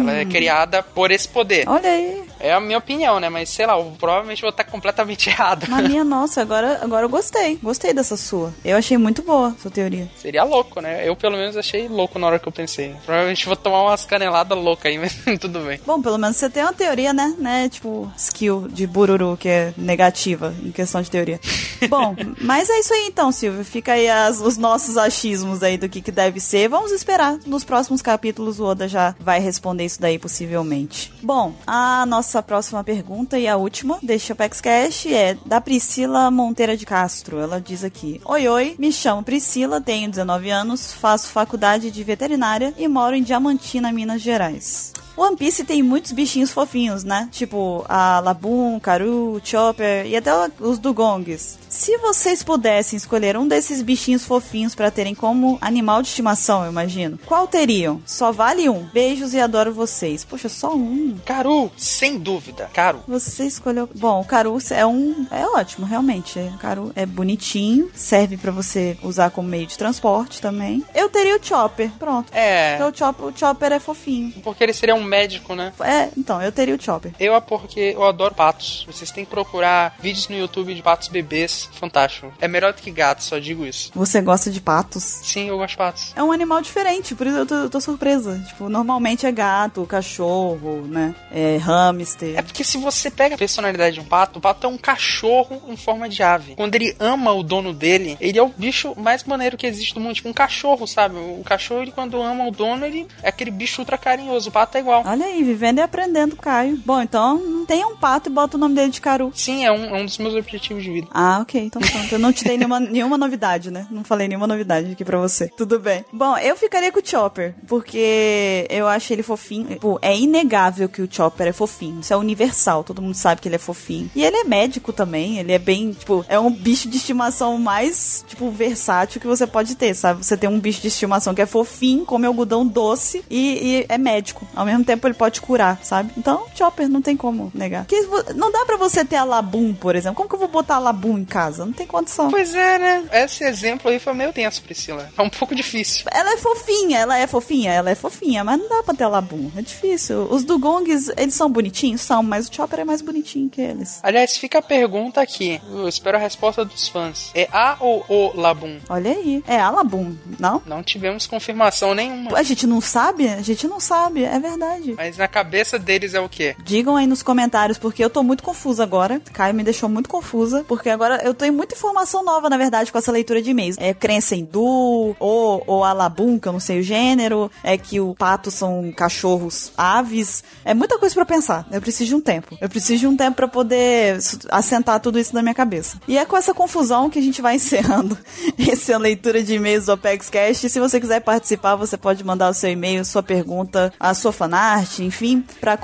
Speaker 5: Ela é criada por esse poder.
Speaker 4: Olha aí.
Speaker 5: É a minha opinião, né? Mas sei lá, eu provavelmente vou estar completamente (laughs) errado.
Speaker 4: Na minha, nossa, agora, agora eu gostei. Gostei dessa sua. Eu achei muito boa a sua teoria.
Speaker 5: Seria louco, né? Eu pelo menos achei louco na hora que eu pensei. Provavelmente vou tomar umas caneladas loucas aí, (laughs) mas tudo bem.
Speaker 4: Bom, pelo menos você tem uma teoria, né? né? Tipo, skill de bururu, que é negativa em questão de teoria. Bom, mas é isso aí então, Silvio. Fica aí as- os nossos achismos aí do que, que deve ser. Vamos esperar. Nos próximos capítulos o Oda já vai responder isso daí possivelmente. Bom, a nossa próxima pergunta e a última deste Apex Cash é da Priscila Monteira de Castro. Ela diz aqui: Oi, oi, me chamo Priscila, tenho 19 anos, faço faculdade de veterinária e moro em Diamantina, Minas Gerais. One Piece tem muitos bichinhos fofinhos, né? Tipo a Laboon, Karu, Chopper e até os dugongues. Se vocês pudessem escolher um desses bichinhos fofinhos pra terem como animal de estimação, eu imagino, qual teriam? Só vale um. Beijos e adoro vocês. Poxa, só um.
Speaker 5: Caru, sem dúvida. Caru.
Speaker 4: Você escolheu. Bom, o Caru é um. É ótimo, realmente. O Caru é bonitinho, serve pra você usar como meio de transporte também. Eu teria o Chopper, pronto.
Speaker 5: É.
Speaker 4: Então o Chopper, o Chopper é fofinho.
Speaker 5: Porque ele seria um médico, né?
Speaker 4: É, então, eu teria o Chopper.
Speaker 5: Eu é porque eu adoro patos. Vocês têm que procurar vídeos no YouTube de patos bebês. Fantástico. É melhor do que gato, só digo isso.
Speaker 4: Você gosta de patos?
Speaker 5: Sim, eu gosto de patos.
Speaker 4: É um animal diferente, por isso eu tô, eu tô surpresa. Tipo, normalmente é gato, cachorro, né? É hamster.
Speaker 5: É porque se você pega a personalidade de um pato, o pato é um cachorro em forma de ave. Quando ele ama o dono dele, ele é o bicho mais maneiro que existe do mundo. Tipo um cachorro, sabe? O cachorro, ele quando ama o dono, ele é aquele bicho ultra carinhoso. O pato é igual.
Speaker 4: Olha aí, vivendo e aprendendo, Caio. Bom, então tem um pato e bota o nome dele de Caru.
Speaker 5: Sim, é um, é um dos meus objetivos de vida.
Speaker 4: Ah, ok. Então pronto. Eu não te dei (laughs) nenhuma, nenhuma novidade, né? Não falei nenhuma novidade aqui pra você. Tudo bem. Bom, eu ficaria com o Chopper, porque eu acho ele fofinho. Pô, é inegável que o Chopper é fofinho. Isso é universal. Todo mundo sabe que ele é fofinho. E ele é médico também. Ele é bem, tipo, é um bicho de estimação mais, tipo, versátil que você pode ter, sabe? Você tem um bicho de estimação que é fofinho, come algodão doce e, e é médico ao mesmo tempo ele pode curar, sabe? Então, Chopper não tem como negar. Que vo- não dá pra você ter a Labum, por exemplo. Como que eu vou botar a Labum em casa? Não tem condição.
Speaker 5: Pois é, né? Esse exemplo aí foi meio tenso, Priscila. É um pouco difícil.
Speaker 4: Ela é fofinha, ela é fofinha, ela é fofinha, mas não dá pra ter a Labum. É difícil. Os Dugongs, eles são bonitinhos? São, mas o Chopper é mais bonitinho que eles.
Speaker 5: Aliás, fica a pergunta aqui. Eu espero a resposta dos fãs. É A ou O Labum?
Speaker 4: Olha aí. É a Labum, não?
Speaker 5: Não tivemos confirmação nenhuma.
Speaker 4: A gente não sabe? A gente não sabe, é verdade.
Speaker 5: Mas na cabeça deles é o quê?
Speaker 4: Digam aí nos comentários, porque eu tô muito confusa agora. Caio me deixou muito confusa, porque agora eu tenho muita informação nova, na verdade, com essa leitura de e-mails. É crença hindu, ou, ou alabum, que eu não sei o gênero, é que o pato são cachorros aves. É muita coisa pra pensar. Eu preciso de um tempo. Eu preciso de um tempo pra poder su- assentar tudo isso na minha cabeça. E é com essa confusão que a gente vai encerrando (laughs) essa leitura de e-mails do Apex Cast. Se você quiser participar, você pode mandar o seu e-mail, sua pergunta, a sua fanart, enfim, para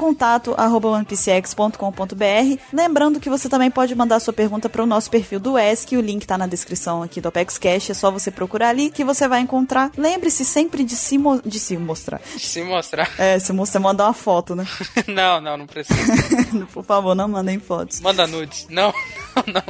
Speaker 4: contato@onepcx.com.br. Lembrando que você também pode mandar sua pergunta para o nosso perfil do ESC, o link tá na descrição aqui do Apex Cash, é só você procurar ali que você vai encontrar. Lembre-se sempre de se, mo- de se mostrar.
Speaker 5: Se mostrar. (laughs)
Speaker 4: É, se você mandar uma foto, né? (laughs)
Speaker 5: não, não, não precisa.
Speaker 4: Por favor, não mandem fotos.
Speaker 5: Manda nudes. Não, não, não.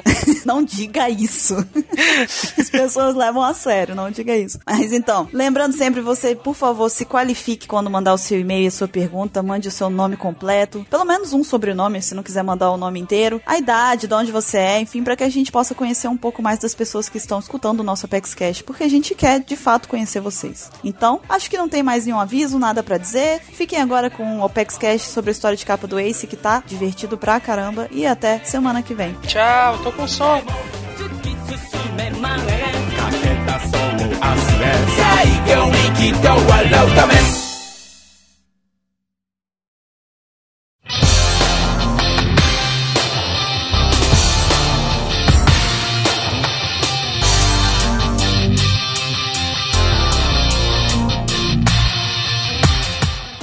Speaker 4: (laughs) Não diga isso. (laughs) As pessoas levam a sério, não diga isso. Mas então, lembrando sempre, você, por favor, se qualifique quando mandar o seu e-mail e a sua pergunta. Mande o seu nome completo, pelo menos um sobrenome, se não quiser mandar o nome inteiro. A idade, de onde você é, enfim, para que a gente possa conhecer um pouco mais das pessoas que estão escutando o nosso Apex Cash, porque a gente quer, de fato, conhecer vocês. Então, acho que não tem mais nenhum aviso, nada pra dizer. Fiquem agora com o Apex Cash sobre a história de capa do Ace, que tá divertido pra caramba. E até semana que vem.
Speaker 5: Tchau, tô com sono.
Speaker 8: 最強にきっと笑うため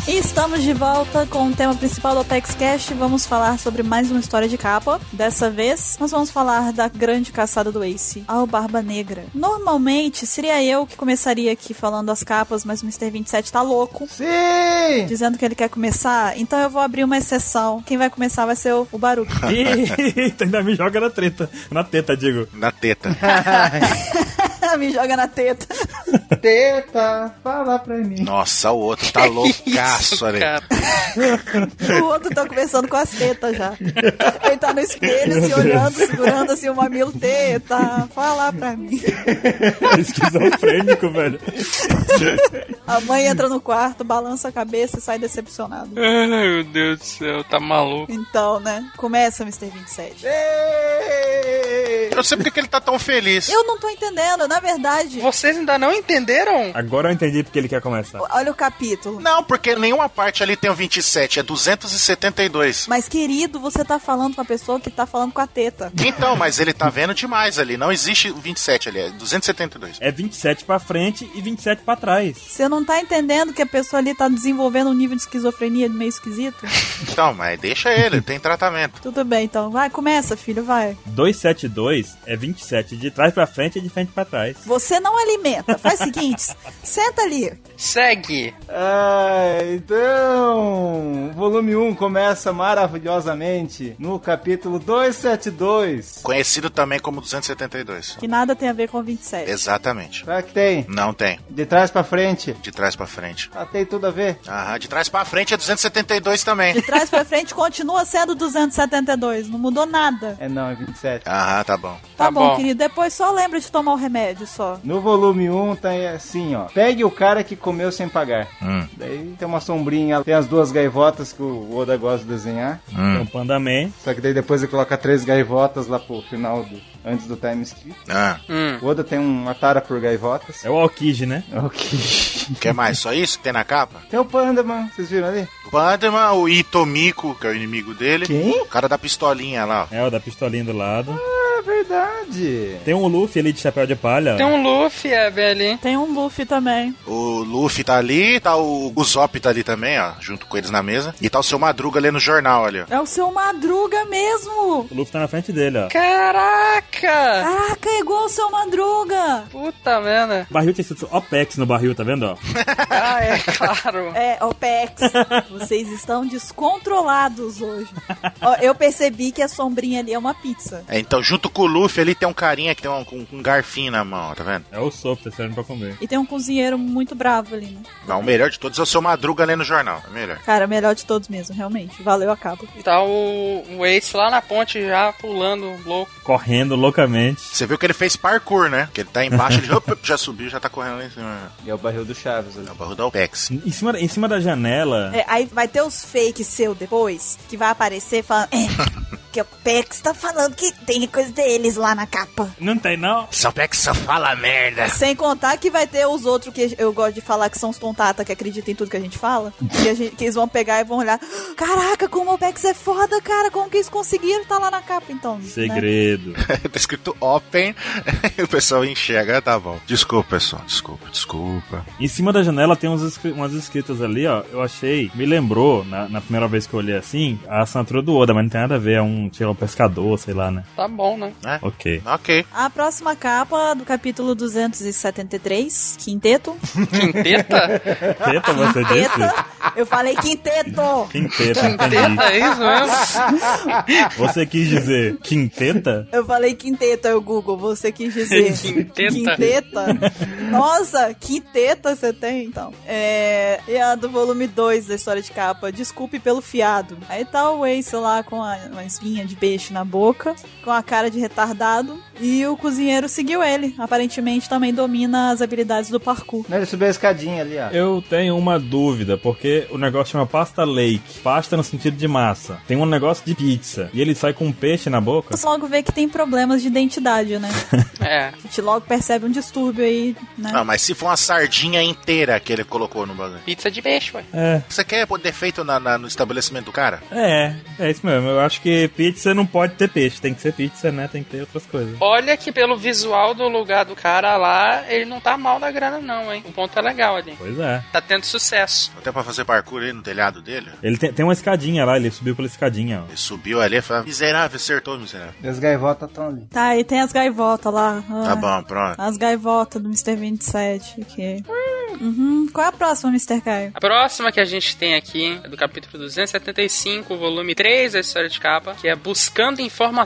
Speaker 4: E estamos de volta com o tema principal do Apex Cash. Vamos falar sobre mais uma história de capa. Dessa vez, nós vamos falar da grande caçada do Ace, ao Barba Negra. Normalmente, seria eu que começaria aqui falando as capas, mas o Mr. 27 tá louco.
Speaker 3: Sim!
Speaker 4: Dizendo que ele quer começar, então eu vou abrir uma exceção. Quem vai começar vai ser o, o Baruque.
Speaker 2: Eita, ainda me joga na treta. Na teta, digo.
Speaker 1: Na teta.
Speaker 4: (laughs) Me joga na teta.
Speaker 3: Teta, fala pra mim.
Speaker 1: Nossa, o outro tá loucaço ali.
Speaker 5: Cara,
Speaker 4: O outro tá conversando com as tetas já. Ele tá no espelho, se olhando, segurando assim o mamilo teta. Fala pra mim.
Speaker 2: (laughs) Esquizofrênico, velho.
Speaker 4: A mãe entra no quarto, balança a cabeça e sai decepcionada.
Speaker 5: Ai, meu Deus do céu, tá maluco.
Speaker 4: Então, né? Começa, Mr. 27.
Speaker 3: Ei!
Speaker 1: Eu não sei porque que ele tá tão feliz.
Speaker 4: Eu não tô entendendo, na verdade.
Speaker 5: Vocês ainda não entenderam?
Speaker 2: Agora eu entendi porque ele quer começar.
Speaker 4: Olha o capítulo.
Speaker 1: Não, porque nenhuma parte ali tem o 27, é 272.
Speaker 4: Mas, querido, você tá falando com a pessoa que tá falando com a teta.
Speaker 1: Então, mas ele tá vendo demais ali. Não existe o 27 ali, é 272.
Speaker 2: É 27 pra frente e 27 pra trás.
Speaker 4: Você não tá entendendo que a pessoa ali tá desenvolvendo um nível de esquizofrenia meio esquisito?
Speaker 1: Então, mas deixa ele, tem tratamento.
Speaker 4: Tudo bem, então. Vai, começa, filho, vai.
Speaker 2: 272 é 27 de trás pra frente e de frente pra trás.
Speaker 4: Você não alimenta. Faz o seguinte, senta ali.
Speaker 5: Segue.
Speaker 3: Ah, então, volume 1 começa maravilhosamente no capítulo 272.
Speaker 1: Conhecido também como 272.
Speaker 4: Que nada tem a ver com 27.
Speaker 1: Exatamente.
Speaker 3: Será que tem?
Speaker 1: Não tem.
Speaker 3: De trás pra frente?
Speaker 1: De trás pra frente.
Speaker 3: Ah, tem tudo a ver?
Speaker 1: Aham, de trás pra frente é 272 também.
Speaker 4: De trás pra frente continua sendo 272. Não mudou nada.
Speaker 3: É não, é 27.
Speaker 1: Aham, tá bom.
Speaker 4: Tá,
Speaker 5: Tá
Speaker 4: bom,
Speaker 5: bom.
Speaker 4: querido. Depois só lembra de tomar o remédio só.
Speaker 3: No volume 1 tá assim, ó. Pegue o cara que comeu sem pagar.
Speaker 1: Hum.
Speaker 3: Daí tem uma sombrinha, tem as duas gaivotas que o Oda gosta de desenhar.
Speaker 2: Tem um Panda Man.
Speaker 3: Só que daí depois ele coloca três gaivotas lá pro final do. Antes do time skip.
Speaker 1: Ah,
Speaker 5: Hum.
Speaker 3: O Oda tem uma tara por gaivotas.
Speaker 2: É o Alkid, né?
Speaker 3: (laughs) Ok.
Speaker 1: quer mais? Só isso que tem na capa?
Speaker 3: Tem o Panda, mano. Vocês viram ali?
Speaker 1: O Banderman, o Itomiko, que é o inimigo dele.
Speaker 3: Quem?
Speaker 1: O cara da pistolinha lá, ó.
Speaker 2: É o da pistolinha do lado.
Speaker 3: É verdade.
Speaker 2: Tem um Luffy ali de chapéu de palha.
Speaker 5: Tem um Luffy, é, velho.
Speaker 4: Tem um Luffy também.
Speaker 1: O Luffy tá ali, tá o Usopp tá ali também, ó, junto com eles na mesa. E tá o seu Madruga lendo o jornal ali, ó.
Speaker 4: É o seu Madruga mesmo!
Speaker 2: O Luffy tá na frente dele, ó.
Speaker 5: Caraca!
Speaker 4: Caraca, é igual o seu Madruga!
Speaker 5: Puta merda.
Speaker 2: O barril tem sido OPEX no barril, tá vendo, ó?
Speaker 5: Ah, é (laughs) claro.
Speaker 4: É, (laughs) OPEX, vocês estão descontrolados hoje. Ó, eu percebi que a sombrinha ali é uma pizza.
Speaker 1: É, então, junto com o Luffy ali tem um carinha que tem um, com- com um garfinho na mão, ó, tá vendo?
Speaker 2: É o Sop, tá serve pra comer.
Speaker 4: E tem um cozinheiro muito bravo ali, né?
Speaker 1: Não, o melhor de todos é o seu Madruga lendo o jornal. É melhor.
Speaker 4: Cara, melhor de todos mesmo, realmente. Valeu a capa.
Speaker 5: E Tá o o Waits lá na ponte já pulando, louco.
Speaker 2: Correndo loucamente.
Speaker 1: Você viu que ele fez parkour, né? Que ele tá embaixo, ele (laughs) op, já subiu, já tá correndo lá em cima.
Speaker 3: E é o barril do Chaves ali.
Speaker 1: É o barro da Opex.
Speaker 2: Em cima, em cima da janela.
Speaker 4: É, aí vai ter os fakes seu depois, que vai aparecer falando. (laughs) "É, que o Pex tá falando que tem coisa deles lá na capa.
Speaker 2: Não tem, não?
Speaker 5: Né?
Speaker 1: Seu Opex só fala merda.
Speaker 4: Sem contar que vai ter os outros que eu gosto de falar que são os tontata que acreditam em tudo que a gente fala. Que, a gente- que eles vão pegar e vão olhar. Caraca, como o Pex é foda, cara. Como que eles conseguiram tá lá na capa, então? né?
Speaker 2: Segredo.
Speaker 1: (laughs) tá escrito Open, (laughs) o pessoal enxerga, Ah, tá bom. Desculpa, pessoal, desculpa, desculpa.
Speaker 2: Em cima da janela tem uns escri- umas escritas ali, ó. Eu achei, me lembrou, na, na primeira vez que eu olhei assim, a assinatura do Oda, mas não tem nada a ver, é um, sei lá, um pescador, sei lá, né?
Speaker 5: Tá bom, né?
Speaker 2: Ok.
Speaker 1: Ok.
Speaker 4: A próxima capa do capítulo 273, Quinteto.
Speaker 5: Quinteta?
Speaker 2: Teta, você disse?
Speaker 4: Quinteto. Eu falei quinteto.
Speaker 2: Quinteta, entendi.
Speaker 5: Quinteta, é isso mesmo?
Speaker 2: Você quis dizer quinteta?
Speaker 4: Eu falei quinteto, aí o Google, você quis dizer.
Speaker 5: Quinteta?
Speaker 4: Quinteta? Nossa, que teta você tem, então. É. E a do volume 2 da história de capa, desculpe pelo fiado. Aí tá o Ace lá com a, uma espinha de peixe na boca, com a cara de retardado. E o cozinheiro seguiu ele. Aparentemente também domina as habilidades do parkour.
Speaker 3: Não, ele subiu a escadinha ali, ó.
Speaker 2: Eu tenho uma dúvida, porque o negócio chama pasta lake. Pasta no sentido de massa. Tem um negócio de pizza. E ele sai com um peixe na boca.
Speaker 4: Você logo vê que tem problemas de identidade, né?
Speaker 5: É.
Speaker 4: A gente logo percebe um distúrbio aí, né?
Speaker 1: Não, mas se for uma sardinha inteira que ele colocou no bagulho.
Speaker 5: Pizza de peixe, ué.
Speaker 2: É,
Speaker 1: Você quer pôr defeito na- na- no estabelecimento do cara?
Speaker 2: é, é isso mesmo. Eu acho que pizza não pode ter peixe. Tem que ser pizza, né? Tem que ter outras coisas.
Speaker 5: Olha que pelo visual do lugar do cara lá, ele não tá mal da grana, não, hein? O ponto é legal ali.
Speaker 2: Pois é.
Speaker 5: Tá tendo sucesso.
Speaker 1: Até pra fazer parkour aí no telhado dele.
Speaker 2: Ele tem, tem uma escadinha lá, ele subiu pela escadinha, ó.
Speaker 1: Ele subiu ali e falou: "Ah, Miserável, acertou, miserável.
Speaker 3: E as gaivotas estão ali.
Speaker 4: Tá, e tem as gaivotas lá.
Speaker 1: Tá
Speaker 4: Ah.
Speaker 1: bom, pronto.
Speaker 4: As gaivotas do Mr. 27, que... Uhum. Qual é a próxima, Mr. Caio?
Speaker 5: A próxima que a gente tem aqui é do capítulo 275, volume 3 da história de capa, que é Buscando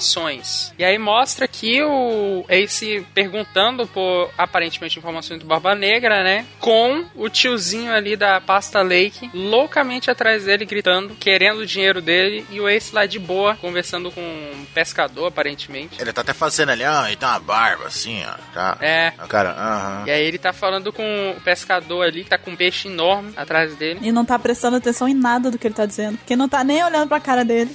Speaker 5: Informações. E aí mostra que o Ace perguntando por aparentemente informações do Barba Negra, né? Com o tiozinho ali da Pasta Lake loucamente atrás dele, gritando, querendo o dinheiro dele, e o Ace lá de boa, conversando com um pescador, aparentemente.
Speaker 1: Ele tá até fazendo ali, ó, ele tem uma barba assim, ó. Tá.
Speaker 5: É.
Speaker 1: O cara, aham.
Speaker 5: E aí ele tá falando com o pescador ali, que tá com um peixe enorme atrás dele.
Speaker 4: E não tá prestando atenção em nada do que ele tá dizendo, porque não tá nem olhando pra cara dele.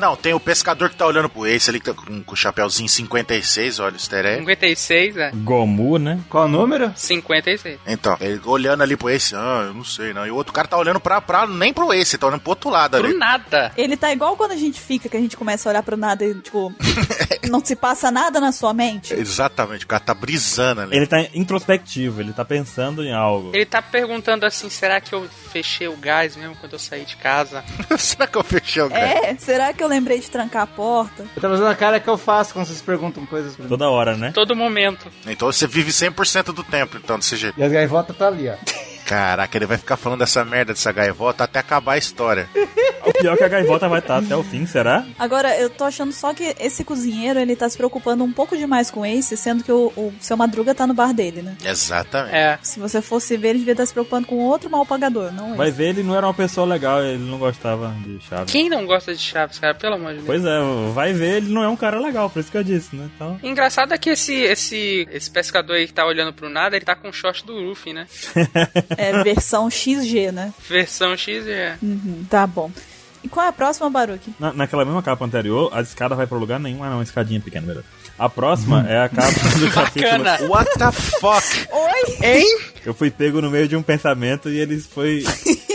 Speaker 1: Não, tem o pescador que tá olhando pro Ace ali, que tá com, com o chapéuzinho 56, olha o easter egg.
Speaker 5: 56, né?
Speaker 2: Gomu, né?
Speaker 3: Qual o número?
Speaker 5: 56.
Speaker 1: Então, ele olhando ali pro Ace, ah, eu não sei, não. E o outro cara tá olhando pra, pra nem pro Ace, tá olhando pro outro lado
Speaker 5: Pro
Speaker 1: ali.
Speaker 5: nada.
Speaker 4: Ele tá igual quando a gente fica, que a gente começa a olhar pro nada e, tipo, não se passa nada na sua mente.
Speaker 1: Exatamente, o cara tá brisando ali. (laughs)
Speaker 2: Ele tá introspectivo, ele tá pensando em algo.
Speaker 5: Ele tá perguntando assim, será que eu fechei o gás mesmo quando eu saí de casa?
Speaker 1: Será que eu fechei o cara?
Speaker 4: É, será que eu lembrei de trancar a porta?
Speaker 3: Eu tô fazendo a cara que eu faço quando vocês perguntam coisas pra mim.
Speaker 2: Toda hora, né?
Speaker 5: Todo momento.
Speaker 1: Então você vive 100% do tempo, então, desse jeito.
Speaker 3: E as gaivotas tá ali, ó.
Speaker 1: Caraca, ele vai ficar falando dessa merda, dessa gaivota, até acabar a história.
Speaker 2: O pior é que a gaivota vai estar até o fim, será?
Speaker 4: Agora, eu tô achando só que esse cozinheiro, ele tá se preocupando um pouco demais com o Ace, sendo que o, o seu Madruga tá no bar dele, né?
Speaker 1: Exatamente.
Speaker 5: É.
Speaker 4: Se você fosse ver, ele devia estar se preocupando com outro mal pagador, não
Speaker 2: Vai
Speaker 4: ele.
Speaker 2: ver, ele não era uma pessoa legal, ele não gostava de chave.
Speaker 5: Quem não gosta de Chaves, cara? Pelo amor de Deus.
Speaker 2: Pois é, vai ver, ele não é um cara legal, por isso que eu disse, né? Então.
Speaker 5: Engraçado é que esse, esse, esse pescador aí que tá olhando pro nada, ele tá com o short do Luffy, né?
Speaker 4: É versão XG, né?
Speaker 5: Versão X é.
Speaker 4: Uhum, tá bom. E qual é a próxima, Baruque?
Speaker 2: Na- naquela mesma capa anterior, a escada vai pra lugar nenhum. Ah, não, uma escadinha pequena, melhor. A próxima é a capa do capítulo.
Speaker 5: Bacana.
Speaker 1: What the fuck?
Speaker 4: Oi!
Speaker 2: Eu fui pego no meio de um pensamento e ele foi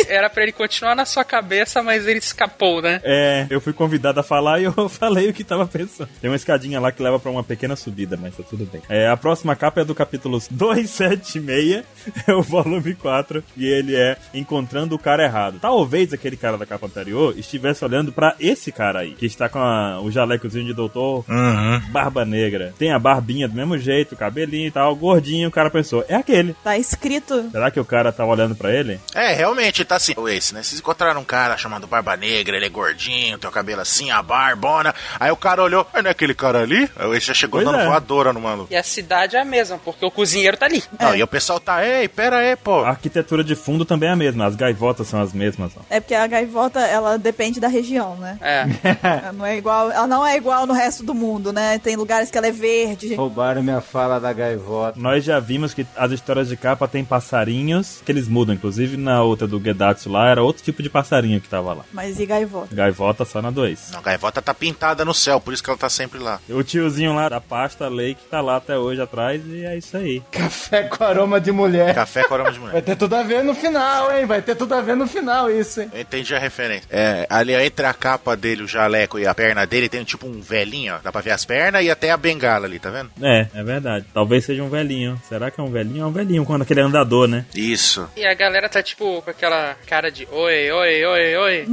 Speaker 5: era pra ele continuar na sua cabeça, mas ele escapou, né?
Speaker 2: É, eu fui convidado a falar e (laughs) eu falei o que tava pensando. Tem uma escadinha lá que leva pra uma pequena subida, mas tá tudo bem. É, a próxima capa é do capítulo 276, (laughs) é o volume 4, e ele é Encontrando o Cara Errado. Talvez aquele cara da capa anterior estivesse olhando pra esse cara aí, que está com a- o jalecozinho de doutor,
Speaker 1: Uhum.
Speaker 2: barba negra. Tem a barbinha do mesmo jeito, cabelinho e tal, gordinho, o cara pensou, é aquele.
Speaker 4: Tá escrito.
Speaker 2: Será que o cara tá olhando pra ele?
Speaker 1: É, realmente, tá assim. O Ace, né? Vocês encontraram um cara chamado Barba Negra, ele é gordinho, tem o cabelo assim, a barbona. Aí o cara olhou, mas não é aquele cara ali? Aí o Ace já chegou
Speaker 2: Pois
Speaker 1: dando
Speaker 2: é.
Speaker 1: voadora no maluco.
Speaker 5: E a cidade é a mesma, porque o cozinheiro tá ali.
Speaker 1: Não, e o pessoal tá, ei, pera aí, pô.
Speaker 2: A arquitetura de fundo também é a mesma, as gaivotas são as mesmas. Ó.
Speaker 4: É porque a gaivota, ela depende da região, né?
Speaker 5: É.
Speaker 4: Ela não é igual, ela não é igual no resto do mundo, né? Tem lugares que ela é verde.
Speaker 3: Roubaram minha fala da gaivota.
Speaker 2: Nós já vimos que as histórias de capa tem passarinhos, que eles mudam. Inclusive na outra do Gedatsu lá, era outro tipo de passarinho que tava lá.
Speaker 4: Mas e gaivota?
Speaker 2: Gaivota só na 2.
Speaker 1: Não, a gaivota tá pintada no céu, por isso que ela tá sempre lá.
Speaker 2: O tiozinho lá da pasta Lake tá lá até hoje atrás e é isso aí.
Speaker 3: Café com aroma de mulher.
Speaker 1: Café com aroma de
Speaker 3: Vai
Speaker 2: (laughs)
Speaker 1: mulher.
Speaker 3: ter tudo a ver no final, hein? Vai ter tudo a ver no final isso, hein?
Speaker 1: Eu entendi a referência. É, ali ó, entre a capa dele, o jaleco e a perna dele, tem tipo um velhinho, ó. Dá pra ver as pernas e até a bengala ali, tá vendo?
Speaker 2: É, é verdade. Talvez seja um velhinho. Será que é um velhinho? É um velhinho, quando aquele andador, né?
Speaker 1: Isso.
Speaker 5: E a galera tá tipo com aquela cara de oi, oi, oi, oi.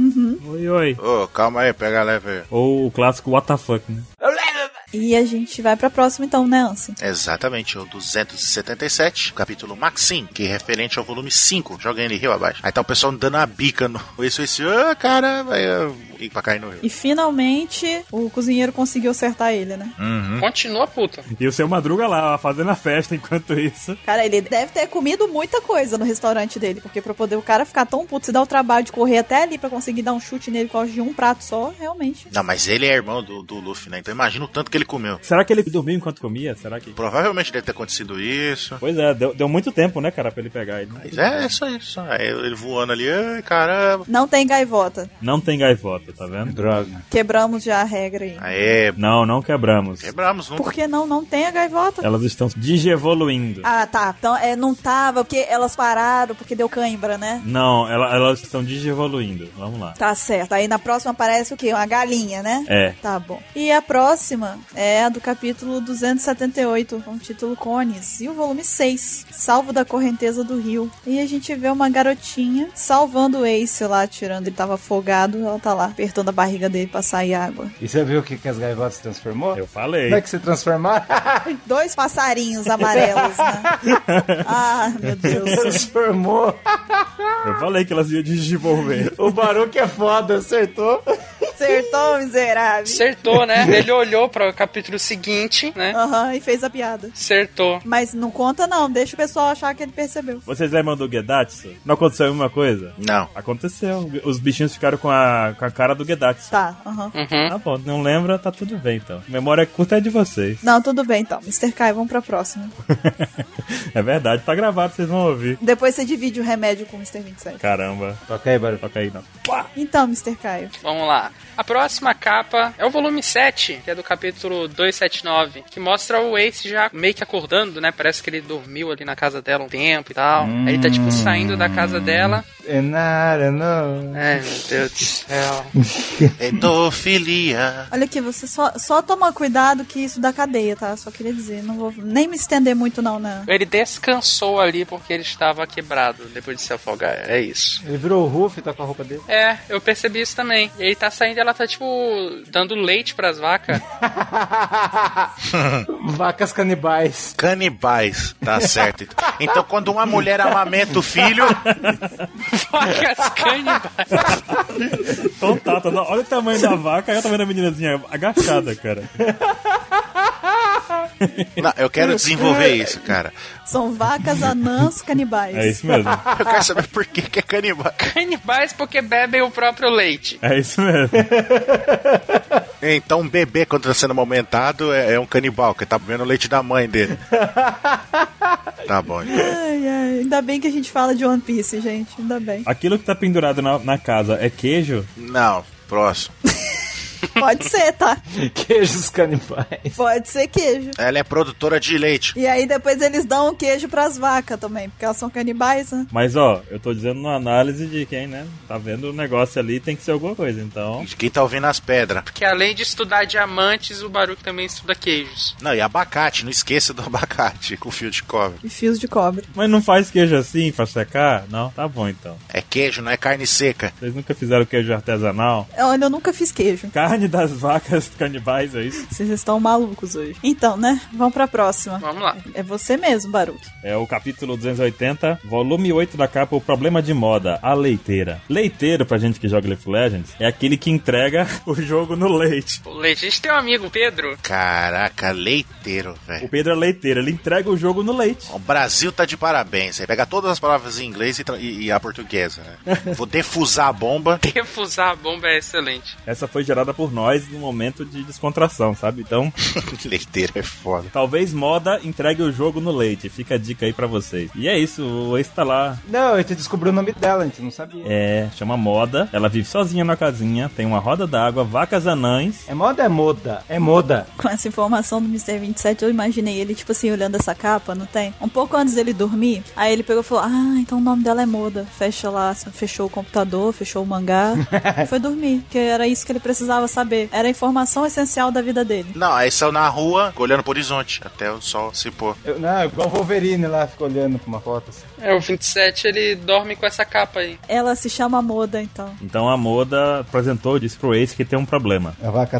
Speaker 2: Oi, oi.
Speaker 1: Ô, calma aí, pega leve.
Speaker 2: Ou o clássico what the fuck, né?
Speaker 4: E a gente vai pra próxima então, né, Ansi?
Speaker 1: Exatamente, o 277, capítulo Maxim, que é referente ao volume 5. Joga ele rio abaixo. Aí tá o pessoal dando a bica no. (laughs) Isso, isso, ah, cara, vai ah, e pra cair no rio.
Speaker 4: E finalmente o cozinheiro conseguiu acertar ele, né?
Speaker 5: Continua puta.
Speaker 2: E o seu Madruga lá, ó, fazendo a festa enquanto isso.
Speaker 4: Cara, ele deve ter comido muita coisa no restaurante dele, porque pra poder o cara ficar tão puto, se dar o trabalho de correr até ali pra conseguir dar um chute nele com de um prato só, realmente.
Speaker 1: Não, mas ele é irmão do, do Luffy, né? Então imagina o tanto que ele comeu.
Speaker 2: Será que ele dormiu enquanto comia? Será que.
Speaker 1: Provavelmente deve ter acontecido isso.
Speaker 2: Pois é, deu, deu muito tempo, né, cara, pra ele pegar ele.
Speaker 1: Mas é, é só isso. Aí ele voando ali, ai, caramba.
Speaker 4: Não tem gaivota.
Speaker 2: Não tem gaivota, tá vendo?
Speaker 3: Droga.
Speaker 4: Quebramos já a regra aí.
Speaker 1: Aê,
Speaker 2: Não, não quebramos.
Speaker 1: é, quebramos um.
Speaker 4: Por que não? Não tem a gaivota?
Speaker 2: (laughs) Elas estão digievoluindo.
Speaker 4: Ah, tá. Então, é, não tava, porque elas pararam, porque deu cãibra, né?
Speaker 2: Não, ela- elas estão digievoluindo. Vamos lá.
Speaker 4: Tá certo. Aí na próxima aparece o quê? Uma galinha, né?
Speaker 2: É.
Speaker 4: Tá bom. E a próxima é a do capítulo 278, com o título Cones, e o volume 6, Salvo da Correnteza do Rio. E a gente vê uma garotinha salvando o Ace lá, tirando, ele tava afogado, ela tá lá apertando a barriga dele pra sair água.
Speaker 3: E você viu o que, que as gaivotas se transformou?
Speaker 2: Eu falei.
Speaker 3: Como é que se transformaram?
Speaker 4: Dois passarinhos amarelos, né? ah, meu Deus.
Speaker 3: (laughs) Transformou.
Speaker 2: Eu falei que elas iam
Speaker 4: (laughs)
Speaker 2: digievolver.
Speaker 3: O Baruque é foda, acertou.
Speaker 4: Acertou, miserável.
Speaker 5: Acertou, né? Ele olhou para o capítulo seguinte, né?
Speaker 4: Aham, e fez a piada.
Speaker 5: Acertou.
Speaker 4: Mas não conta não, deixa o pessoal achar que ele percebeu.
Speaker 2: Vocês lembram do Gedatsu? Não aconteceu a mesma coisa?
Speaker 1: Não.
Speaker 2: Aconteceu. Os bichinhos ficaram com a, com a cara do Gedatsu.
Speaker 4: Tá, aham.
Speaker 5: Uhum.
Speaker 2: Tá bom, não lembra, tá tudo bem então. Memória curta é de vocês. (laughs)
Speaker 4: Não, tudo bem então. Mr. Kai, vamos pra próxima.
Speaker 2: é verdade, tá gravado, vocês vão ouvir.
Speaker 4: Depois você divide o remédio com o Mr. 27.
Speaker 2: Caramba.
Speaker 3: Toca aí, Baruque.
Speaker 2: Toca aí, não.
Speaker 4: Então, Mr. Caio,
Speaker 5: Vamos lá. A próxima capa é o volume 7, que é do capítulo 279, que mostra o Ace já meio que acordando, né? Parece que ele dormiu ali na casa dela um tempo e tal. Aí ele tá tipo saindo da casa dela.
Speaker 3: Enara, não.
Speaker 5: Ai, meu Deus do céu.
Speaker 1: É Pedofilia.
Speaker 4: olha aqui, você só, só toma cuidado que isso dá cadeia, tá? Só queria dizer, não vou nem me estender muito não, né?
Speaker 5: Ele descansou ali porque ele estava quebrado depois de se afogar. É isso.
Speaker 3: Ele virou o Ruff, tá com a roupa dele.
Speaker 5: É, eu percebi isso também. E ele tá saindo, ela tá tipo dando leite pras vacas. (laughs)
Speaker 3: Vacas canibais. (laughs)
Speaker 1: Canibais, tá certo. Então, quando uma mulher amamenta o filho,
Speaker 5: Vacas canibais.
Speaker 2: Então tá, tá, olha o tamanho da vaca, olha o tamanho da meninazinha agachada, cara.
Speaker 1: Não, eu quero desenvolver isso, cara.
Speaker 4: São vacas
Speaker 2: (laughs)
Speaker 4: anãs canibais.
Speaker 2: É isso mesmo.
Speaker 1: Eu quero saber por que, que é canibal.
Speaker 5: Canibais porque bebem o próprio leite.
Speaker 2: É isso mesmo.
Speaker 1: Então, um bebê, quando tá sendo amamentado, é, é um canibal, que tá bebendo o leite da mãe dele. Tá bom. então.
Speaker 4: Ai, ai, ainda bem que a gente fala de One Piece, gente. Ainda bem.
Speaker 2: Aquilo que tá pendurado na, na casa é queijo?
Speaker 1: Não, próximo.
Speaker 4: Pode ser, tá?
Speaker 9: Queijos canibais.
Speaker 4: Pode ser queijo.
Speaker 1: Ela é produtora de leite.
Speaker 4: E aí depois eles dão o queijo pras vacas também, porque elas são canibais, né?
Speaker 2: Mas ó, eu tô dizendo na análise de quem, né? Tá vendo o negócio ali, tem que ser alguma coisa, então.
Speaker 1: De quem tá ouvindo as pedras.
Speaker 5: Porque além de estudar diamantes, o Baruch também estuda queijos.
Speaker 1: Não, e abacate, não esqueça do (laughs) abacate com fio de cobre.
Speaker 4: E fios de cobre.
Speaker 2: Mas não faz queijo assim pra secar? Não? Tá bom então.
Speaker 1: É queijo, não é carne seca.
Speaker 2: Vocês nunca fizeram queijo artesanal?
Speaker 4: Olha, eu nunca fiz queijo.
Speaker 2: Carne das vacas (laughs) canibais, é isso?
Speaker 4: Vocês estão malucos hoje. Então, né? Vamos pra próxima.
Speaker 5: Vamos lá.
Speaker 4: É você mesmo, Baruch.
Speaker 2: É o capítulo 280, volume 8 da capa, o problema de moda, a leiteira. Leiteiro, pra gente que joga League of Legends, é aquele que entrega (laughs) o jogo no leite.
Speaker 5: O Leite, a gente tem um amigo, Pedro.
Speaker 1: Caraca, leiteiro,
Speaker 2: O
Speaker 1: velho.
Speaker 2: Pedro é leiteiro, ele entrega o jogo no leite.
Speaker 1: O Brasil tá de parabéns. Aí pega todas as palavras em inglês e, tra- e- e a portuguesa, né? Vou defusar a bomba. (laughs)
Speaker 5: Refusar a bomba é excelente.
Speaker 2: Essa foi gerada por nós no momento de descontração, sabe? Então,
Speaker 1: leiteiro é foda.
Speaker 2: talvez moda entregue o jogo no leite. Fica a dica aí pra vocês. E é isso, o Ace tá lá.
Speaker 3: Não, a gente descobriu o nome dela, a gente não sabia.
Speaker 2: É, chama Moda. Ela vive sozinha na casinha, tem uma roda d'água, vacas anãs.
Speaker 9: É moda é moda? É moda.
Speaker 4: Com essa informação do Mr. 27, eu imaginei ele, tipo assim, olhando essa capa, não tem? Um pouco antes dele dormir, aí ele pegou e falou: Ah, então o nome dela é Moda. Fecha lá, assim, fechou o computador, fechou o
Speaker 5: (laughs)
Speaker 4: mangá. e foi dormir, que era isso que ele precisava saber. Era a informação essencial da vida dele.
Speaker 1: Não, aí saiu na rua, olhando pro horizonte, até o sol se pôr.
Speaker 3: Eu, não, é igual o Wolverine lá, ficou olhando pra uma foto assim.
Speaker 5: É, o 27 ele dorme com essa capa aí.
Speaker 4: Ela se chama Moda, então.
Speaker 2: Então a Moda apresentou, disse pro Ace que tem um problema.
Speaker 3: A vaca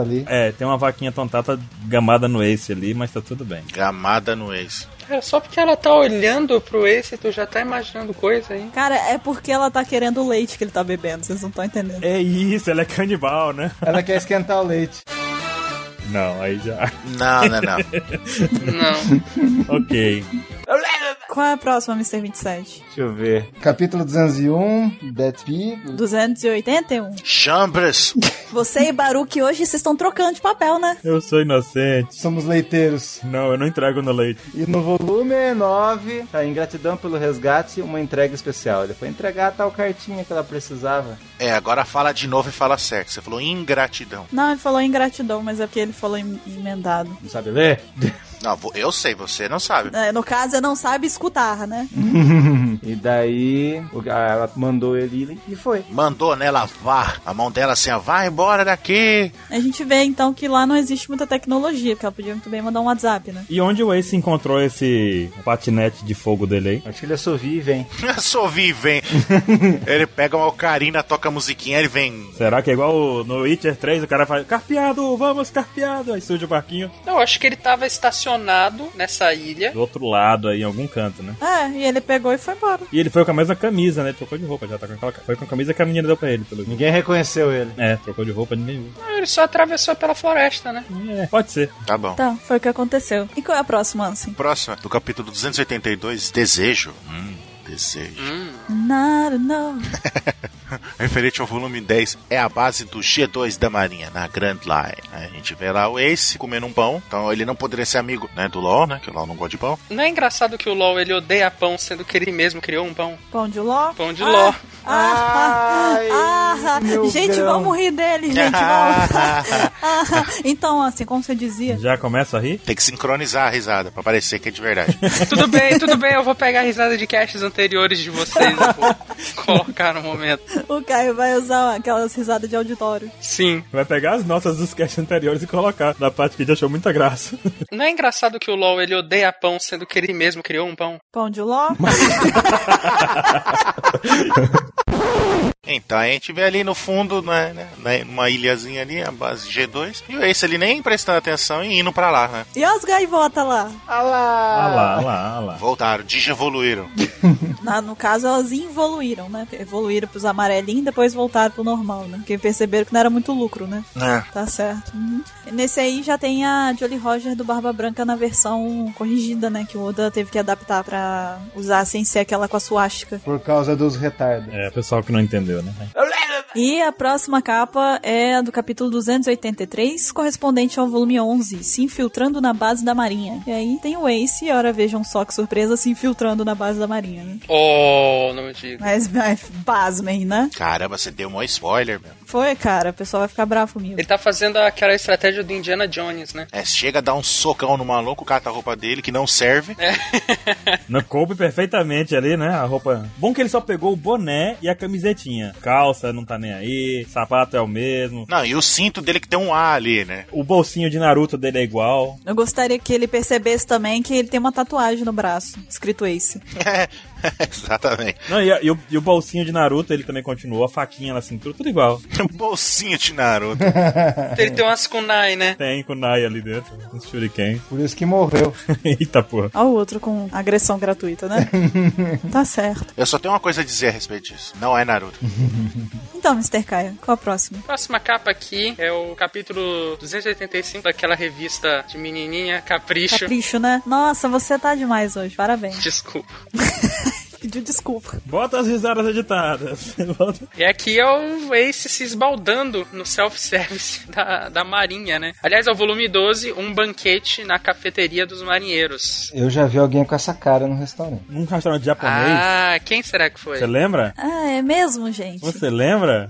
Speaker 9: (laughs)
Speaker 3: ali.
Speaker 2: É, tem uma vaquinha tontata gamada no Ace ali, mas tá tudo bem.
Speaker 1: Gamada no ex.
Speaker 5: Cara, só porque ela tá olhando pro Ace, tu já tá imaginando coisa aí.
Speaker 4: Cara, é porque ela tá querendo o leite que ele tá bebendo, vocês não estão entendendo.
Speaker 2: É isso, ela é canibal, né?
Speaker 3: Ela quer esquentar o leite.
Speaker 2: Não, aí já. (laughs)
Speaker 1: Não, não, é não.
Speaker 5: Não.
Speaker 2: ok.
Speaker 4: Qual é a próxima, Mr. 27?
Speaker 9: Deixa eu ver.
Speaker 3: Capítulo 201, Dead
Speaker 5: Hum.
Speaker 3: People.
Speaker 4: 281.
Speaker 1: Chambres.
Speaker 4: Você e Baruque hoje vocês estão trocando de papel, né?
Speaker 2: Eu sou inocente.
Speaker 3: Somos leiteiros.
Speaker 2: Não, eu não entrego no leite.
Speaker 3: E no volume 9, tá em gratidão pelo resgate, uma entrega especial. Ele foi entregar a tal cartinha que ela precisava.
Speaker 1: É, agora fala de novo e fala certo. Você falou ingratidão.
Speaker 4: Não, ele falou ingratidão, mas é porque ele falou em- emendado.
Speaker 9: Não sabe ler?
Speaker 1: Não, vo- eu sei, você não sabe.
Speaker 4: É, no caso, ele não sabe escutar, né?
Speaker 9: E daí, o- a- ela mandou ele ir e foi.
Speaker 1: Mandou nela vá. A mão dela assim, ó, vai embora daqui. (laughs)
Speaker 4: A gente vê então que lá não existe muita tecnologia, porque ela podia muito bem mandar um WhatsApp, né?
Speaker 2: E onde o Ace encontrou esse patinete de fogo dele aí?
Speaker 9: Minha filha sobrevive, hein?
Speaker 1: Só vivem. ele pega uma ocarina, toca a musiquinha, ele vem.
Speaker 2: Será que é igual o- no Witcher 3, o cara faz carpeado, vamos carpeado, aí surge o barquinho
Speaker 5: (laughs) Eu acho que ele tava estacionado nessa ilha.
Speaker 2: do outro lado aí, em algum canto, né?
Speaker 4: É, e ele pegou e foi embora.
Speaker 2: E ele foi com a mesma camisa, né? Trocou de roupa, já tá com aquela. Foi com a camisa que a menina deu pra ele, pelo jeito.
Speaker 9: Ninguém reconheceu ele.
Speaker 2: É, trocou de roupa, ninguém viu.
Speaker 5: Ele só atravessou pela floresta, né?
Speaker 2: É, pode ser.
Speaker 1: Tá bom.
Speaker 4: Tá, foi o que aconteceu. E qual é a próxima, Ansem?
Speaker 1: Próxima, do capítulo 282, Desejo. Hum, desejo.
Speaker 4: Nada, não.
Speaker 1: Referente ao volume 10, é a base do G2 da Marinha, na Grand Line. A gente vê lá o Ace comendo um pão. Então ele não poderia ser amigo, né, do LOL, né? Que o LOL não gosta de pão.
Speaker 5: Não é engraçado que o LoL ele odeia pão, sendo que ele mesmo criou um pão?
Speaker 4: Pão de ló?
Speaker 5: Pão de ló.
Speaker 4: Ah,
Speaker 3: Ai,
Speaker 4: ah, ah,
Speaker 3: meu
Speaker 4: gente,
Speaker 3: grão.
Speaker 4: vamos rir dele,
Speaker 5: (laughs)
Speaker 4: gente, vamos. (laughs) Ah, então, Ansem, como você dizia,
Speaker 2: Já começa a rir?
Speaker 1: Tem que sincronizar a risada pra parecer que é de verdade.
Speaker 5: Tudo bem, tudo bem, eu vou pegar a risada de casts anteriores de vocês e vou colocar no momento.
Speaker 4: o Caio vai usar aquelas risadas de auditório.
Speaker 5: Sim.
Speaker 2: Vai pegar as notas dos casts anteriores e colocar na parte que a gente achou muita graça.
Speaker 5: Não é engraçado que o LoL ele odeia pão, sendo que ele mesmo criou um pão?
Speaker 4: Pão
Speaker 3: (laughs)
Speaker 4: de ló?
Speaker 1: então a gente vê ali no fundo, né, né, né, numa ilhazinha ali, a base G2. E o Ace ali nem prestando atenção e indo pra lá, né?
Speaker 4: E as gaivotas lá?
Speaker 2: Ah lá, ah lá, ah lá.
Speaker 1: Voltaram, digievoluíram.
Speaker 4: Na- no caso, elas evoluíram, né? Evoluíram pros amarelinhos e depois voltaram pro normal, né? Porque perceberam que não era muito lucro, né?
Speaker 1: É.
Speaker 4: Tá certo. Uhum. Nesse aí já tem a Jolly Roger do Barba Branca na versão corrigida, né? Que o Oda teve que adaptar pra usar sem ser aquela com a suástica.
Speaker 3: Por causa dos retardos.
Speaker 2: É, pessoal que não entendeu, né?
Speaker 4: E a próxima capa é a do capítulo 283, correspondente ao volume 11, Se Infiltrando na Base da Marinha. E aí tem o Ace, e ora vejam só que surpresa, se infiltrando na Base da Marinha, né?
Speaker 5: Oh, não me diga.
Speaker 4: Mas, mas pasmem, né?
Speaker 1: Caramba, você deu um spoiler, meu.
Speaker 4: Foi, cara. O pessoal vai ficar bravo comigo.
Speaker 5: Ele tá fazendo aquela estratégia do Indiana Jones, né?
Speaker 1: É, chega a dar um socão no maluco, cata a roupa dele, que não serve.
Speaker 2: Não coube perfeitamente ali, né? A roupa. Bom que ele só pegou o boné e a camisetinha. Calça não tá nem aí, sapato é o mesmo.
Speaker 1: Não, e o cinto dele que tem um A ali, né? (laughs)
Speaker 2: O bolsinho de Naruto dele é igual.
Speaker 4: Eu gostaria que ele percebesse também que ele tem uma tatuagem no braço, escrito Ace.
Speaker 1: Exatamente.
Speaker 2: Não, e, a- e o, e o bolsinho de Naruto ele também continuou, a faquinha na cintura, tudo igual.
Speaker 1: um Bolsinho de Naruto.
Speaker 5: Ele tem umas kunai, né?
Speaker 2: Tem kunai ali dentro, uns shuriken. (laughs)
Speaker 9: Por isso que morreu.
Speaker 2: Eita porra.
Speaker 4: Olha o outro com agressão gratuita, né? tá certo.
Speaker 1: Eu só tenho uma coisa a dizer a respeito disso. Não é Naruto.
Speaker 4: Então, Mr. Caio, qual a próxima?
Speaker 5: Próxima capa aqui é o capítulo 285 daquela revista de menininha Capricho.
Speaker 4: Capricho, né? Nossa, você tá demais hoje. Parabéns.
Speaker 5: Desculpa.
Speaker 4: Pediu desculpa.
Speaker 2: Bota as risadas editadas. (laughs) Bota-
Speaker 5: E aqui é o Ace se esbaldando no self-service (laughs) da, da Marinha, né? Aliás, é o volume 12, um banquete na cafeteria dos marinheiros.
Speaker 9: Eu já vi alguém com essa cara no restaurante.
Speaker 2: Num restaurante japonês.
Speaker 5: Ah, quem será que foi?
Speaker 2: Você lembra?
Speaker 4: Ah, é mesmo, gente?
Speaker 2: Você lembra?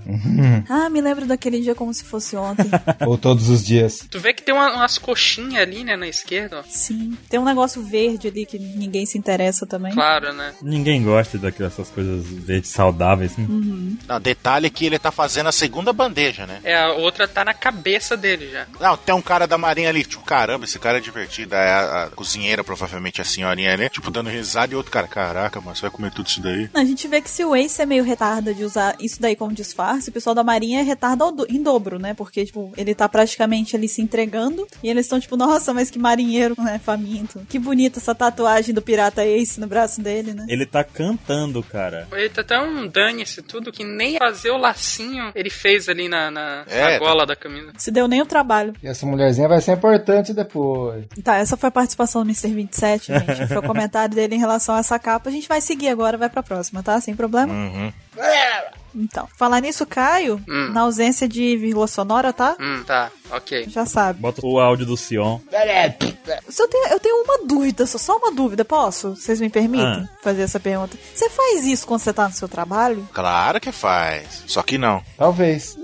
Speaker 4: Ah, me lembro daquele dia como se fosse ontem.
Speaker 9: (laughs) Ou todos os dias.
Speaker 5: Tu vê que tem uma- umas coxinhas ali, né, na esquerda, ó.
Speaker 4: Sim. Tem um negócio verde ali que ninguém se interessa também.
Speaker 5: Claro, né?
Speaker 2: Ninguém gosta daquelas essas coisas verdes saudáveis. Hum.
Speaker 1: Não, detalhe é que ele tá fazendo a segunda bandeja, né?
Speaker 5: É, a outra tá na cabeça dele já.
Speaker 1: Não, tem um cara da marinha ali, tipo, caramba, esse cara é divertido. Aí a, a cozinheira, provavelmente a senhorinha, né? Tipo, dando risada e outro cara, caraca, mano, você vai comer tudo isso daí?
Speaker 4: A gente vê que se o Ace é meio retarda de usar isso daí como disfarce, o pessoal da Marinha é retarda ao do- em dobro, né? Porque, tipo, ele tá praticamente ali se entregando e eles estão, tipo, nossa, mas que marinheiro, né? Faminto. Que bonita essa tatuagem do pirata Ace no braço dele, né?
Speaker 2: Ele tá cantando, cara.
Speaker 5: Ele tá tão dane-se tudo que nem fazer o lacinho ele fez ali na, na,
Speaker 1: É,
Speaker 5: na gola da camisa.
Speaker 4: Se deu nem o trabalho.
Speaker 9: E essa mulherzinha vai ser importante depois.
Speaker 4: Tá, essa foi a participação do Mr. 27, gente. Foi o comentário dele em relação a essa capa. A gente vai seguir agora, vai pra próxima, tá? Sem problema. Então, falar nisso, Caio,
Speaker 5: Hum.
Speaker 4: na ausência de vírgula sonora, tá?
Speaker 5: Hum, tá, ok.
Speaker 4: Já sabe.
Speaker 2: Bota o áudio do Sion.
Speaker 4: Se eu, tenho, eu tenho uma dúvida, só, só uma dúvida, posso? Vocês me permitem fazer essa pergunta? Você faz isso quando você tá no seu trabalho?
Speaker 1: Claro que faz. Só que não.
Speaker 9: Talvez.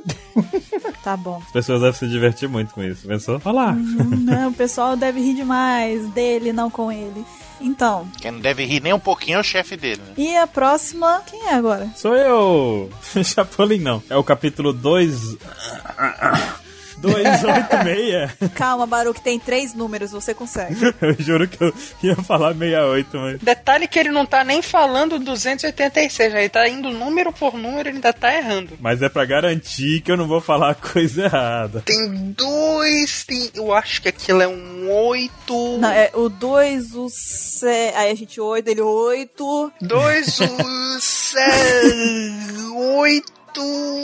Speaker 4: Tá bom.
Speaker 2: As pessoas devem se divertir muito com isso. Pensou? Olha lá.
Speaker 4: Hum, não, o pessoal deve rir demais dele, não com ele. Então,
Speaker 1: Quem não deve rir nem um pouquinho é o chefe dele, né?
Speaker 4: e a próxima? Quem é agora?
Speaker 2: Sou eu! (laughs) Chapolin não. É o capítulo 2. 286?
Speaker 4: Calma, Baruque, tem três números, você consegue.
Speaker 2: (laughs) Eu juro que eu ia falar 68, mas.
Speaker 5: Detalhe que ele não tá nem falando 286, né? ele tá indo número por número e ainda tá errando.
Speaker 2: Mas é pra garantir que eu não vou falar (laughs) coisa errada.
Speaker 5: Tem dois. Tem, eu acho que aquilo é um oito.
Speaker 4: Não, é o 2, o 7. Aí a gente 8, ele 8.
Speaker 5: Dois, (laughs) um, se- oito.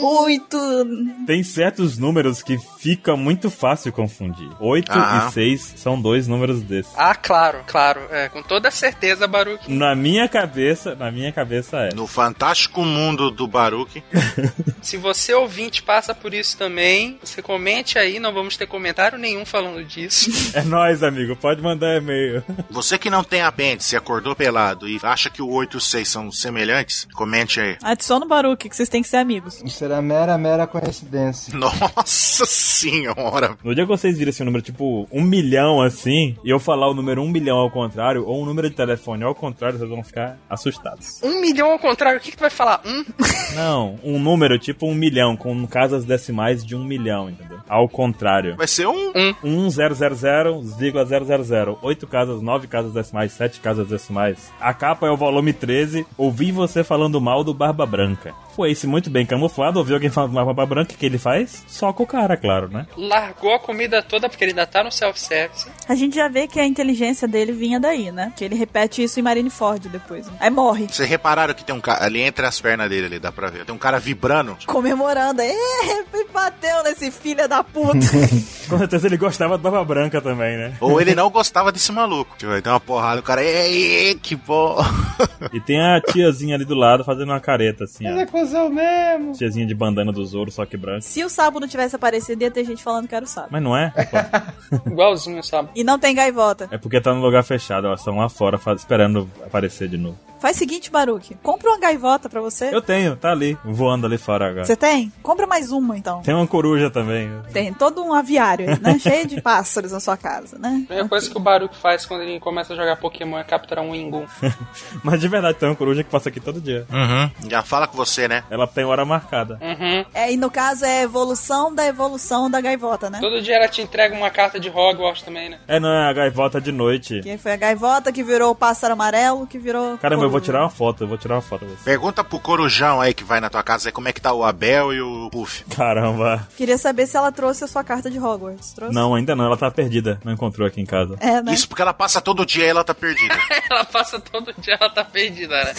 Speaker 4: 8.
Speaker 2: Tem certos números que fica muito fácil confundir. 8
Speaker 1: Ah.
Speaker 2: e 6 são dois números desses.
Speaker 5: Ah, claro, claro. É, com toda certeza, Baruque.
Speaker 2: Na minha cabeça, na minha cabeça é.
Speaker 1: No fantástico mundo do Baruque.
Speaker 5: Se você ouvinte passa por isso também, você comente aí, não vamos ter comentário nenhum falando disso.
Speaker 2: É nóis, amigo. Pode mandar e-mail.
Speaker 1: Você que não tem apêndice, acordou pelado e acha que o 8 e o 6 são semelhantes, comente aí. (laughs)
Speaker 4: Adiciona o Baruque, que vocês têm que ser amigos.
Speaker 9: Isso era mera, mera coincidência.
Speaker 1: Nossa senhora!
Speaker 2: No dia que vocês viram esse número, tipo, um milhão assim, e eu falar o número um milhão ao contrário, ou um número de telefone ao contrário, vocês vão ficar assustados.
Speaker 5: (laughs) Um milhão ao contrário, o que, que tu vai falar? Um?
Speaker 2: Não, um número tipo um milhão, com casas decimais de um milhão, entendeu? Ao contrário.
Speaker 1: Vai ser um.
Speaker 2: um zero zero zero, vírgula zero zero zero. Oito casas, nove casas decimais, sete casas decimais. A capa é o volume 13. Ouvi você falando mal do Barba Branca. Foi esse muito bem camuflado. Ouvi alguém falando mal do Barba Branca. O que ele faz? Soca o cara, claro, né?
Speaker 5: Largou a comida toda porque ele ainda tá no self-service.
Speaker 4: A gente já vê que a inteligência dele vinha daí, né? Que ele repete isso em Marineford depois. né? Aí morre.
Speaker 1: Vocês repararam que tem um cara ali entre as pernas dele ali, dá pra ver. Tem um cara vibrando.
Speaker 4: Comemorando. É, me bateu nesse filho da puta.
Speaker 2: (laughs) Com certeza ele gostava do Barba Branca também, né?
Speaker 1: Ou ele não gostava desse maluco. Tipo, aí tem uma porrada, o cara, ei, ei, que bom.
Speaker 2: E tem a tiazinha ali do lado fazendo uma careta assim,
Speaker 9: Mas é
Speaker 2: ó.
Speaker 9: cuzão mesmo.
Speaker 2: Tiazinha de bandana do Zoro, só que branca.
Speaker 4: Se o Sabo não tivesse aparecido, ia ter gente falando que era o Sabo.
Speaker 2: Mas não é?
Speaker 5: Igualzinho, sabe?
Speaker 4: E não tem gaivota.
Speaker 2: É porque tá no lugar fechado, elas estão lá fora faz- esperando aparecer de novo.
Speaker 4: Faz o seguinte, Baruque. Compra uma gaivota pra você.
Speaker 2: Eu tenho, tá ali, voando ali fora agora.
Speaker 4: Você tem? Compra mais uma, então.
Speaker 2: Tem uma coruja também. (laughs)
Speaker 4: Tem todo um aviário, aí, né? Cheio de pássaros na sua casa, né?
Speaker 5: A
Speaker 2: É,
Speaker 5: primeira coisa que o Baruch faz quando ele começa a jogar Pokémon é capturar um Ingum.
Speaker 2: Mas de verdade, tem uma coruja que passa aqui todo dia.
Speaker 1: Uhum. (laughs) Já fala com você, né?
Speaker 2: Ela tem hora marcada.
Speaker 5: Uhum.
Speaker 4: É, e no caso é a evolução da evolução da gaivota, né?
Speaker 5: Todo dia ela te entrega uma carta de Hogwarts também, né? (laughs)
Speaker 2: É, não, é a gaivota de noite.
Speaker 4: Que foi a gaivota que virou o pássaro amarelo, que virou.
Speaker 2: Caramba, eu vou
Speaker 4: coruja.
Speaker 2: tirar uma foto, eu vou tirar uma foto dessa.
Speaker 1: Pergunta pro corujão aí que vai na tua casa aí como é que tá o Abel e o Puff.
Speaker 2: Caramba.
Speaker 4: Queria saber se ela trouxe a sua carta de Hogwarts. Trouxe?
Speaker 2: Não, ainda não, ela tá perdida. Não encontrou aqui em
Speaker 4: (laughs)
Speaker 2: casa.
Speaker 4: É, né?
Speaker 1: Isso porque ela passa todo dia e ela tá (laughs) perdida.
Speaker 5: Ela passa todo dia, ela tá perdida, né?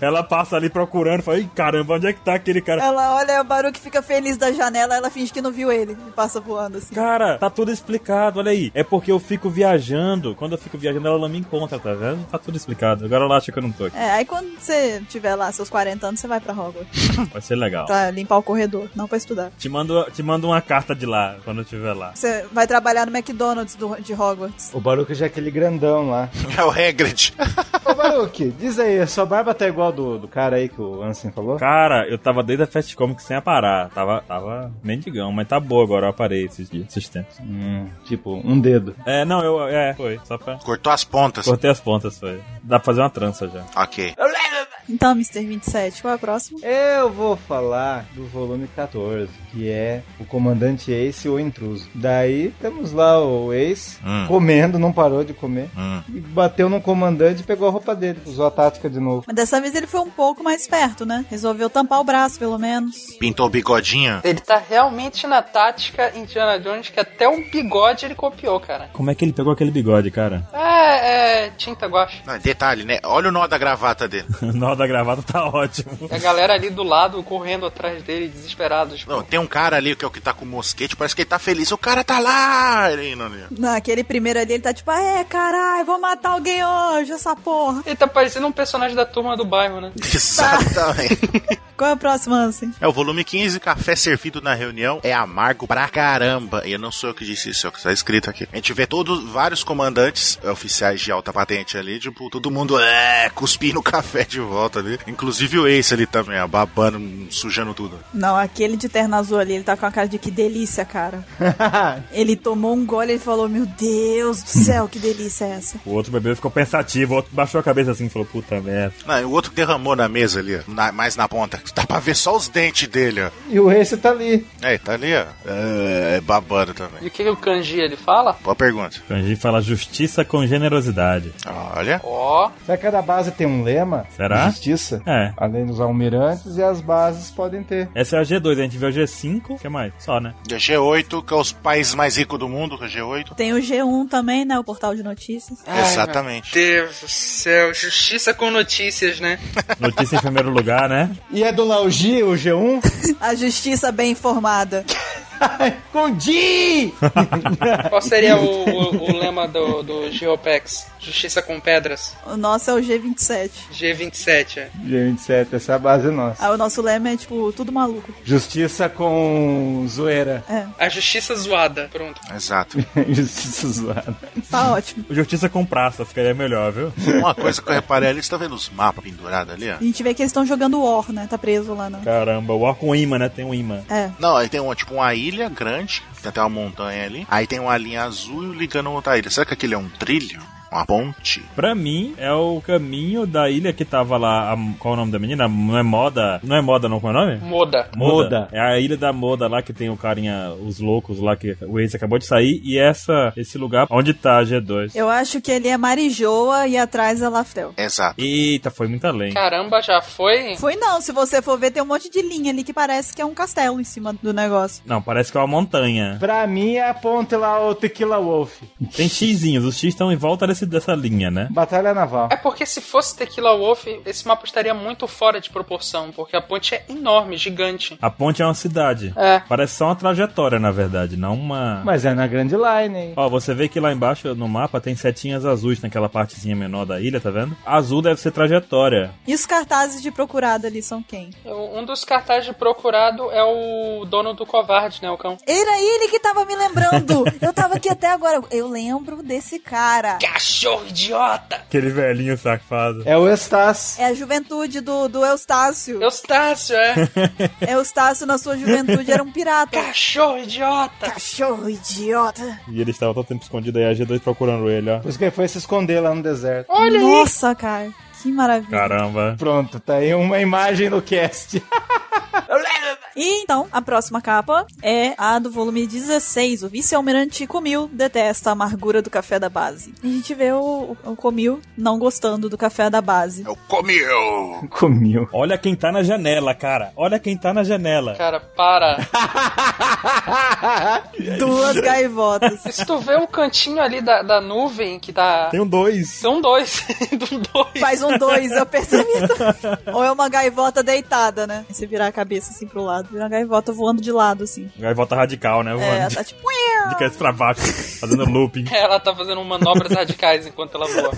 Speaker 2: Ela passa ali procurando, fala, "Ih, caramba, onde é que tá aquele cara?
Speaker 4: Ela olha o Baruque fica feliz da janela, ela finge que não viu ele e passa voando assim.
Speaker 2: Cara, tá tudo explicado, olha aí. É porque eu fico viajando. Quando eu fico viajando, ela não me encontra, tá vendo? Tá tudo explicado. Agora ela acha que eu não tô aqui.
Speaker 4: É, aí quando você tiver lá seus 40 anos, você vai pra Hogwarts
Speaker 2: Vai ser legal.
Speaker 4: pra limpar o corredor, não pra estudar.
Speaker 2: Te mando, te mando uma carta de lá, quando eu estiver lá.
Speaker 4: Você vai trabalhar no McDonald's do- de Hogwarts.
Speaker 3: O Baruque já é aquele grandão lá.
Speaker 1: É o Hagrid.
Speaker 3: (laughs) Ô, Baruque, diz aí, a sua barba tá igual do, do cara aí que o Ansem falou?
Speaker 2: Cara, eu tava desde a Fast Comic sem a parar. Tava, tava mendigão, mas tá boa agora. Eu aparei esses dias, esses tempos.
Speaker 3: Hum, tipo, um dedo.
Speaker 2: É, não, eu. É, foi. Só pra.
Speaker 1: Cortou as pontas.
Speaker 2: Cortei as pontas, foi. Dá pra fazer uma trança já.
Speaker 1: Ok.
Speaker 4: Então, Mr. 27, qual é a próxima?
Speaker 3: Eu vou falar do volume 14, que é o comandante Ace e o intruso. Daí temos lá o Ace
Speaker 1: Hum.
Speaker 3: comendo, não parou de comer.
Speaker 1: Hum.
Speaker 3: E bateu no comandante e pegou a roupa dele, usou a tática de novo.
Speaker 4: Mas dessa vez ele foi um pouco mais esperto, né? Resolveu tampar o braço, pelo menos.
Speaker 1: Pintou o bigodinho.
Speaker 5: Ele tá realmente na tática Indiana Jones que até um bigode ele copiou, cara.
Speaker 2: Como é que ele pegou aquele bigode, (laughs) cara?
Speaker 5: É, é tinta guache.
Speaker 1: Não, detalhe, né? Olha o nó da gravata dele.
Speaker 2: O nó da gravata tá ótimo.
Speaker 5: E a galera ali do lado correndo atrás dele, desesperados.
Speaker 1: Não, tem um cara ali que é o que tá com mosquete, parece que ele tá feliz. O cara tá lá! Ele não- (laughs)
Speaker 4: Naquele primeiro ali, ele tá tipo, é, caralho, vou matar alguém hoje, essa porra.
Speaker 5: Ele tá parecendo um personagem da turma do bairro, né?
Speaker 1: Exatamente.
Speaker 4: Qual é a próxima, Ansem?
Speaker 1: É o volume 15, café servido na reunião é amargo pra caramba. E eu não sou eu que disse isso, é o que tá escrito aqui. A gente vê todos, vários comandantes, eh, oficiais de alta patente ali, tipo, todo mundo é, cuspindo (laughs) o café de volta ali. Inclusive o Ace ali também, ó, babando, hum, sujando tudo.
Speaker 4: Não, aquele de terno azul ali, ele tá com a cara de que delícia, cara. Ele tomou um gole e falou, meu Deus do céu, que delícia é essa.
Speaker 2: O outro bebê ficou pensativo, o outro baixou a cabeça assim e falou: Puta merda.
Speaker 1: Não, e o outro derramou na mesa ali, ó, na- mais na ponta. (laughs) Dá pra ver só os dentes dele, ó.
Speaker 3: E o Ace tá ali.
Speaker 1: É, tá ali, ó. É, babando também.
Speaker 5: E o que que o Kanji ele fala?
Speaker 1: Boa pergunta.
Speaker 2: Kanji fala justiça com generosidade.
Speaker 1: Olha.
Speaker 5: Ó,
Speaker 3: Será que cada base tem um lema?
Speaker 2: Será?
Speaker 3: De Justiça.
Speaker 2: É.
Speaker 3: Além dos almirantes e as bases podem ter.
Speaker 2: Essa é a G2, a gente vê o G5, o que mais? Só, né?
Speaker 1: E a G8, que é os países mais ricos do mundo, que é G8.
Speaker 4: Tem o G1 também, né? O portal de notícias.
Speaker 1: Exatamente.
Speaker 5: Deus do céu, justiça com notícias, né?
Speaker 2: Notícia em primeiro lugar, né?
Speaker 3: E é do Laugi, o G1?
Speaker 4: A justiça bem informada.
Speaker 3: (laughs) Condi!
Speaker 5: Qual seria o, o- o lema do, do Geopex? Justiça com pedras.
Speaker 4: O nosso é o G27.
Speaker 5: G27, é.
Speaker 3: G27, essa é a base nossa.
Speaker 4: Aí o nosso lema é, tipo, tudo maluco. É,
Speaker 3: Justiça com zoeira.
Speaker 5: A justiça zoada. Pronto.
Speaker 1: Exato.
Speaker 3: (laughs) Justiça zoada.
Speaker 4: Tá ótimo.
Speaker 2: Justiça com praça, ficaria melhor, viu?
Speaker 1: Uma coisa que eu reparei ali, você tá vendo os mapas pendurados ali, ó?
Speaker 4: A gente vê que eles estão jogando War, né? Tá preso lá, não.
Speaker 2: Caramba, o ar com imã, né? Tem um imã.
Speaker 4: É.
Speaker 1: Não, aí tem uma, tipo uma ilha grande, tem até uma montanha ali. Aí tem uma linha azul um ligando outra ilha. Será que aquele é um trilho? Uma ponte?
Speaker 2: Pra mim, é o caminho da ilha que tava lá. a- qual é o nome da menina? Não é moda. Não é moda, não, qual é o nome?
Speaker 5: Moda.
Speaker 3: Moda.
Speaker 2: É a ilha da Moda lá que tem o carinha, os loucos lá que o Ace acabou de sair. E essa, esse lugar onde tá a G2.
Speaker 4: Eu acho que ele é Marijoa e atrás é Laftel.
Speaker 1: Exato.
Speaker 2: Eita, foi muito além.
Speaker 5: Caramba, já foi?
Speaker 4: Foi não, se você for ver, tem um monte de linha ali que parece que é um castelo em cima do negócio.
Speaker 2: Não, parece que é uma montanha.
Speaker 3: Pra mim é a ponte lá, o Tequila Wolf.
Speaker 2: Tem xizinhos, os x estão em volta desse, dessa linha, né?
Speaker 3: Batalha naval.
Speaker 5: É porque se fosse Tequila Wolf, esse mapa estaria muito fora de proporção, porque a ponte é enorme, gigante.
Speaker 2: A ponte é uma cidade.
Speaker 5: É.
Speaker 2: Parece só uma trajetória, na verdade, não uma.
Speaker 3: Mas é na Grand Line, hein?
Speaker 2: Ó, você vê que lá embaixo no mapa tem setinhas azuis naquela partezinha menor da ilha, tá vendo? Azul deve ser trajetória.
Speaker 4: E os cartazes de procurado ali são quem?
Speaker 5: Um dos cartazes de procurado é o dono do covarde, né, o cão?
Speaker 4: (laughs) Era ele que tava me lembrando! Eu tava aqui até agora. Eu lembro desse cara.
Speaker 5: cachorro idiota!
Speaker 2: Aquele velhinho safado.
Speaker 3: É o Eustace.
Speaker 4: É a juventude do, do Eustácio.
Speaker 5: Eustácio, é.
Speaker 4: Eustácio, na sua juventude, era um pirata.
Speaker 5: (laughs) Cachorro idiota!
Speaker 4: Cachorro idiota.
Speaker 2: E ele estava todo tempo escondido aí, a G2 procurando ele, ó.
Speaker 3: Por isso que ele foi se esconder lá no deserto.
Speaker 5: Olha aí!
Speaker 4: Nossa, cara. Que maravilha.
Speaker 2: Caramba.
Speaker 3: Pronto, tá aí uma imagem no (laughs) cast.
Speaker 4: E então, a próxima capa é a do volume 16. O vice-almirante Comil detesta a amargura do café da base. A gente vê o, o Comil não gostando do café da base.
Speaker 1: Eu comi eu.
Speaker 3: Comiu.
Speaker 2: Olha quem tá na janela, cara. Olha quem tá na janela.
Speaker 5: Cara, para.
Speaker 4: Duas (laughs) gaivotas.
Speaker 5: Se tu vê um cantinho ali da, da nuvem que tá.
Speaker 2: Tem um dois.
Speaker 5: São dois. (laughs) Do dois.
Speaker 4: Faz um dois,
Speaker 2: (laughs)
Speaker 4: eu percebi. também. Ou é uma gaivota deitada, né? Você virar a cabeça assim pro lado, vira uma gaivota voando de lado, assim.
Speaker 2: Gaivota radical, né?
Speaker 4: É,
Speaker 2: Voando
Speaker 4: ela
Speaker 2: de,
Speaker 4: tá tipo.
Speaker 2: de cabeça pra baixo, fazendo looping.
Speaker 5: Ela tá fazendo manobras radicais enquanto ela voa.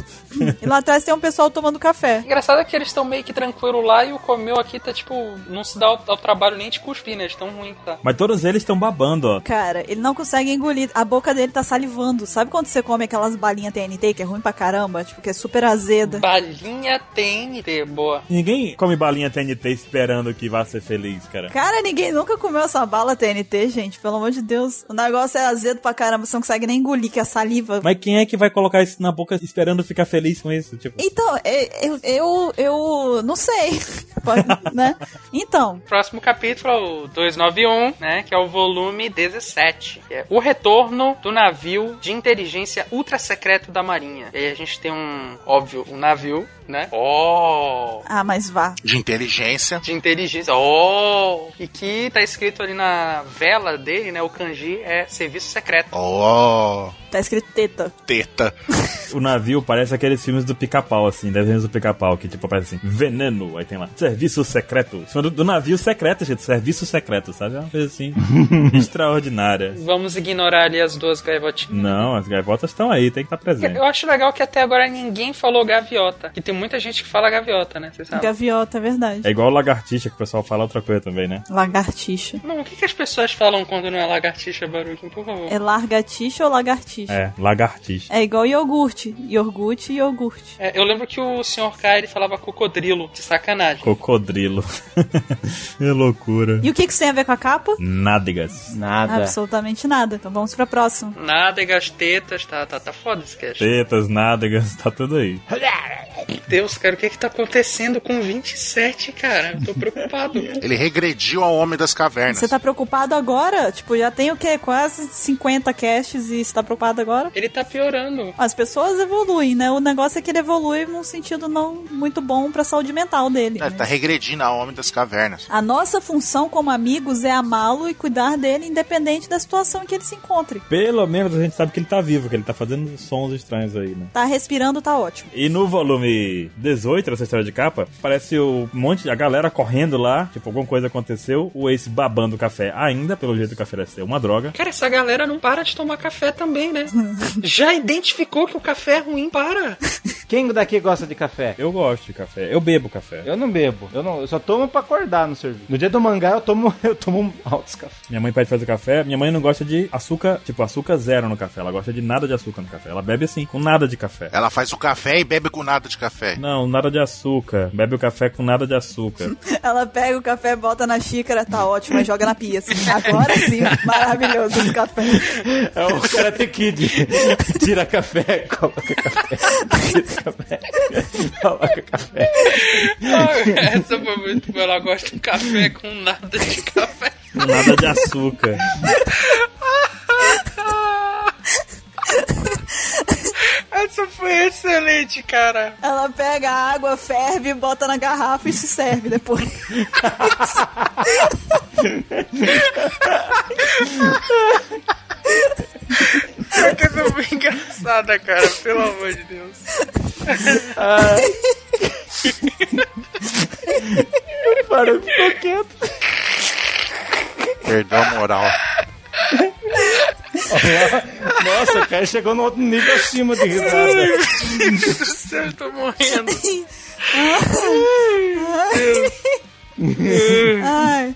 Speaker 4: E lá atrás tem um pessoal tomando café.
Speaker 5: Engraçado é que eles estão meio que tranquilo lá e o comeu aqui tá tipo. Não se dá ao, ao trabalho nem de cuspir, né? De tão ruim que tá.
Speaker 2: Mas todos eles estão babando, ó.
Speaker 4: Cara, ele não consegue engolir. A boca dele tá salivando. Sabe quando você come aquelas balinhas TNT que é ruim pra caramba? Tipo, que é super azeda.
Speaker 5: Balinha TNT, boa.
Speaker 2: Ninguém come balinha TNT esperando que vá ser feliz, cara.
Speaker 4: Cara, ninguém nunca comeu essa bala TNT, gente. Pelo amor de Deus. O negócio é azedo pra caramba. Você não consegue nem engolir, que é saliva.
Speaker 2: Mas quem é que vai colocar isso na boca esperando ficar feliz com isso? Tipo,
Speaker 4: Então, é- eu, eu, eu não sei. (laughs) Pode, né? Então,
Speaker 5: Próximo capítulo é o 291, né? Que é o volume 17. que é o retorno do navio de inteligência ultra secreto da Marinha. E aí a gente tem um, óbvio, um navio, né? Oh!
Speaker 4: ah, mas vá.
Speaker 1: De inteligência.
Speaker 5: De inteligência. Oh! E que tá escrito ali na vela dele, né? O kanji é serviço secreto.
Speaker 1: Oh,
Speaker 4: Tá escrito teta.
Speaker 1: teta.
Speaker 2: o navio parece aqueles filmes do pica-pau, assim, desenhos do pica-pau, que tipo parece assim, veneno, aí tem lá, serviço secreto. Em cima do, do navio secreto, gente, serviço secreto, sabe? É uma coisa (laughs) assim, extraordinária.
Speaker 5: Vamos ignorar ali as duas gaivotinhas.
Speaker 2: Não, as gaivotas estão aí, tem que estar presente.
Speaker 5: Eu acho legal que até agora ninguém falou gaviota. Que tem muita gente que fala gaviota, né? Você sabe?
Speaker 4: Gaviota, é verdade.
Speaker 2: É igual lagartixa, que o pessoal fala outra coisa também, né?
Speaker 4: Lagartixa.
Speaker 5: Não, o que, que as pessoas falam quando não é lagartixa, Baruquinho? Por favor.
Speaker 4: É largatixa ou lagartixa?
Speaker 2: É, lagartixa.
Speaker 4: É igual iogurte. Iogurte e iogurte.
Speaker 5: É, eu lembro que o senhor K ele falava cocodrilo, de sacanagem.
Speaker 2: Cocodrilo. (laughs) que loucura.
Speaker 4: E o que, que isso tem a ver com a capa?
Speaker 2: Nádegas.
Speaker 3: Nada.
Speaker 4: Absolutamente nada. Então vamos pra próxima.
Speaker 5: Nádegas, tetas, tá, tá, tá foda esse cast.
Speaker 2: Tetas, nádegas, (laughs) tá tudo aí.
Speaker 5: Meu Deus, cara, o que que tá acontecendo com 27, cara? Eu tô (laughs) preocupado.
Speaker 1: Ele regrediu ao homem das cavernas.
Speaker 4: Você tá preocupado agora? Tipo, já tem o quê? Quase 50 casts e você tá preocupado agora?
Speaker 5: ele tá piorando.
Speaker 4: As pessoas evoluem, né? O negócio é que ele evolui num sentido não muito bom pra saúde mental dele. né?
Speaker 1: Não, Ele tá regredindo ao homem das cavernas.
Speaker 4: A nossa função como amigos é amá-lo e cuidar dele, independente da situação em que ele se encontre.
Speaker 2: Pelo menos a gente sabe que ele tá vivo, que ele tá fazendo sons estranhos aí, né?
Speaker 4: Tá respirando, tá ótimo.
Speaker 2: E no volume 18 dessa história de capa, parece o monte, a galera correndo lá, tipo, alguma coisa aconteceu, o Ace babando o café ainda, pelo jeito o café deve ser uma droga.
Speaker 5: Cara, essa galera não para de tomar café também, né? Já identificou que o café é ruim, (laughs) para.
Speaker 3: Quem daqui gosta de café?
Speaker 2: Eu gosto de café, eu bebo café.
Speaker 3: Eu não bebo. Eu, não, eu só tomo pra acordar no serviço. No dia do mangá eu tomo, (laughs) eu tomo um altos cafés.
Speaker 2: Minha mãe pede fazer café, minha mãe não gosta de açúcar, tipo, açúcar zero no café, ela gosta de nada de açúcar no café, ela bebe assim, com nada de café.
Speaker 1: Ela faz o café e bebe com nada de café.
Speaker 2: Não, nada de açúcar. Bebe o café com nada de açúcar.
Speaker 4: (laughs) Ela pega o café, bota na xícara, tá ótimo, e joga na pia. Assim. Agora sim, maravilhoso esse café.
Speaker 3: É o Karate Kid. (laughs) Tira café, coloca café. Tira café, coloca café.
Speaker 5: Ah, essa foi muito boa. Ela gosta de café com nada de café.
Speaker 2: Com nada de açúcar.
Speaker 5: Essa foi excelente, cara.
Speaker 4: Ela pega a água, ferve, bota na garrafa e se serve depois.
Speaker 5: É que Essa foi engraçada, cara. Pelo amor de Deus.
Speaker 3: Parou, ficou quieto.
Speaker 1: Perdão moral.
Speaker 3: Nossa, o cara chegou no outro nível acima de risada. né?
Speaker 5: Meu Deus do céu, eu tô tá (laughs) morrendo.
Speaker 4: Ai,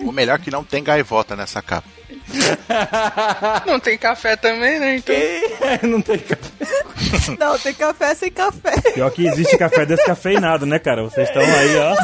Speaker 1: O melhor é que não tem gaivota nessa capa.
Speaker 5: Não tem café também, né? Então.
Speaker 3: Não tem café.
Speaker 4: Não, tem café sem café.
Speaker 2: Pior que existe café descafeinado, né, cara? Vocês estão aí, ó.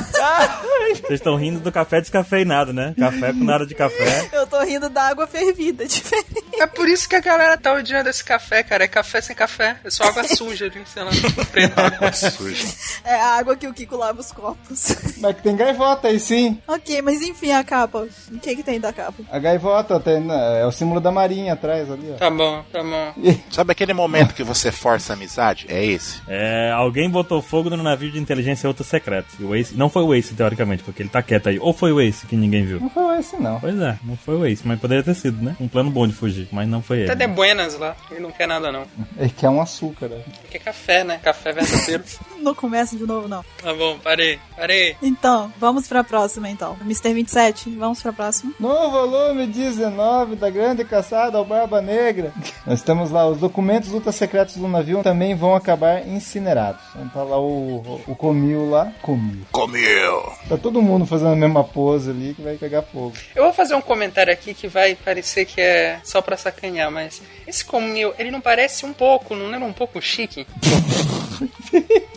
Speaker 2: Vocês estão rindo do café descafeinado, né? Café com nada de café.
Speaker 4: Eu tô rindo da água fervida, (laughs) é diferente.
Speaker 5: É por isso que a galera tá odiando esse café, cara. É café sem café. É só água suja ali, sei lá, preta.
Speaker 1: Sujo.
Speaker 4: É a água que o Kiko lava os copos.
Speaker 3: Mas que tem gaivota aí sim.
Speaker 4: ok, mas enfim, a capa. O que que tem da capa?
Speaker 3: A gaivota tem, né, é o símbolo da marinha atrás ali, ó.
Speaker 5: Tá bom, tá bom.
Speaker 1: Sabe aquele momento que você força a amizade? É esse.
Speaker 2: É, alguém botou fogo no navio de inteligência ultra secreto. E o Ace, não foi o Ace, teoricamente, porque ele tá quieto aí. Ou foi o Ace que ninguém viu.
Speaker 3: Não foi esse não.
Speaker 2: Pois é, não foi o Ace, mas poderia ter sido, né? Um plano bom de fugir, mas não foi ele.
Speaker 5: Tá de
Speaker 2: né?
Speaker 5: buenas lá. Ele não quer nada, não.
Speaker 3: Ele quer um açúcar, né?
Speaker 5: Ele quer café, né? Café (laughs) verdadeiro.
Speaker 4: Não começa de novo, não.
Speaker 5: tá bom, parei, parei.
Speaker 4: Então, vamos pra próxima, então. Mr. 27, vamos pra próxima.
Speaker 3: No volume 19 da Grande Caçada ao Barba Negra, nós temos lá os documentos ultra secretos do navio também vão acabar incinerados. Então tá lá o, o, o Comil lá. Comil.
Speaker 1: Comeu!
Speaker 3: Tá todo mundo fazendo a mesma pose ali que vai pegar fogo.
Speaker 5: Eu vou fazer um comentário aqui que vai parecer que é só pra sacanear, mas esse comil, ele não parece um pouco, não lembra um pouco o chique?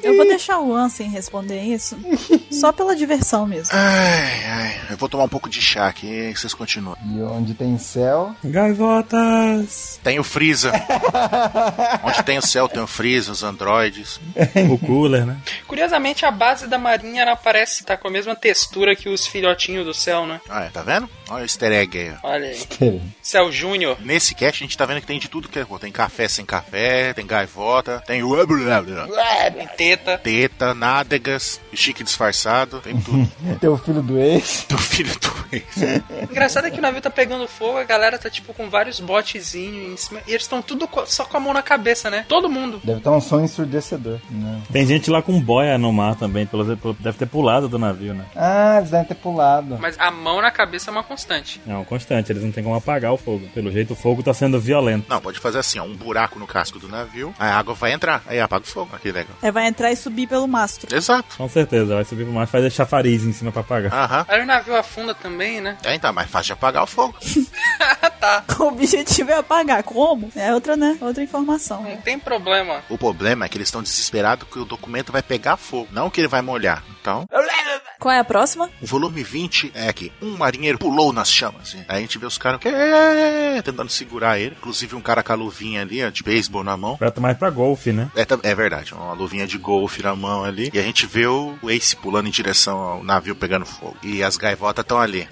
Speaker 4: Eu vou deixar o Ansem responder isso. Só pela diversão mesmo.
Speaker 1: Ai, ai. Eu vou tomar um pouco de chá aqui e vocês continuam.
Speaker 3: E onde tem céu,
Speaker 2: Gaivotas!
Speaker 1: Tem o Freeza. Onde tem o céu, tem o Freeza, os androides.
Speaker 2: O cooler, né?
Speaker 5: Curiosamente, a base da marinha ela parece estar com a mesma textura que os filhotinhos do céu, né?
Speaker 1: Ah, é, tá vendo? Olha o easter egg aí. ó.
Speaker 5: Olha aí. Céu Júnior.
Speaker 1: Nesse cast a gente tá vendo que tem de tudo que é. cor. Tem café sem café, tem gaivota, tem o-
Speaker 5: Tem teta.
Speaker 1: teta, nádegas, chique disfarçado, tem (laughs) tudo.
Speaker 3: tem o filho do ex.
Speaker 1: do filho do ex.
Speaker 5: Engraçado é que o navio tá pegando fogo, a galera tá tipo com vários botezinhos em cima. E eles estão tudo co- só com a mão na cabeça, né? Todo mundo.
Speaker 3: Deve estar um som ensurdecedor. né? Não.
Speaker 2: Tem gente lá com boia no mar também, pelo, pelo- deve ter pulado do navio, né?
Speaker 3: Ah, eles devem ter pulado.
Speaker 5: Mas a mão na cabeça é uma constante.
Speaker 2: É um constante, eles não tem como apagar o fogo. Pelo jeito, o fogo tá sendo violento.
Speaker 1: Não, pode fazer assim, ó, um buraco no casco do navio, a água vai entrar, aí apaga o fogo. Aqui, legal.
Speaker 4: É, vai entrar e subir pelo mastro.
Speaker 1: Exato.
Speaker 2: Com certeza, vai subir pro mar e fazer chafariz em cima pra apagar.
Speaker 1: Aham.
Speaker 5: Aí o navio afunda também, né?
Speaker 1: É, então, mais fácil de apagar o fogo.
Speaker 4: (laughs) O objetivo é apagar. Como? É outra, né? Outra informação.
Speaker 5: Não tem problema.
Speaker 1: O problema é que eles estão desesperados que o documento vai pegar fogo, não que ele vai molhar. Então,
Speaker 4: Qual é a próxima?
Speaker 1: o volume 20 é aqui. Um marinheiro pulou nas chamas. Aí a gente vê os caras "É", tentando segurar ele. Inclusive um cara com a luvinha ali, ó, de beisebol na mão.
Speaker 2: Pra mais pra golfe, né?
Speaker 1: É, tam- é verdade, uma luvinha de golfe na mão ali. E a gente vê o Ace pulando em direção ao navio pegando fogo. E as gaivotas estão ali.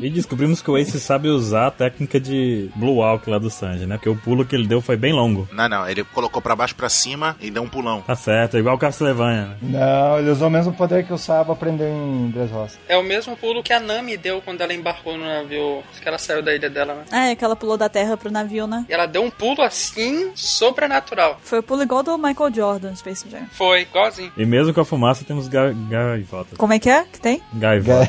Speaker 2: E descobrimos que o Ace sabe usar a técnica de Blue Walk lá do Sanji, né? Porque o pulo que ele deu foi bem longo.
Speaker 1: Não, não, ele colocou pra baixo pra cima e deu um pulão.
Speaker 2: Tá certo, é igual o Castlevania, né?
Speaker 3: Não, ele usou o mesmo poder que o Saba aprendeu em Dressrosa.
Speaker 5: É o mesmo pulo que a Nami deu quando ela embarcou no navio. Acho que ela saiu da ilha dela, né?
Speaker 4: Ah, é que ela pulou da terra pro navio, né?
Speaker 5: E ela deu um pulo assim, sobrenatural.
Speaker 4: Foi o pulo igual do Michael Jordan, do Space Jam.
Speaker 5: Foi, igualzinho.
Speaker 2: E mesmo com a fumaça temos ga gaivotas.
Speaker 4: Como é que é que tem?
Speaker 2: Gaivotas.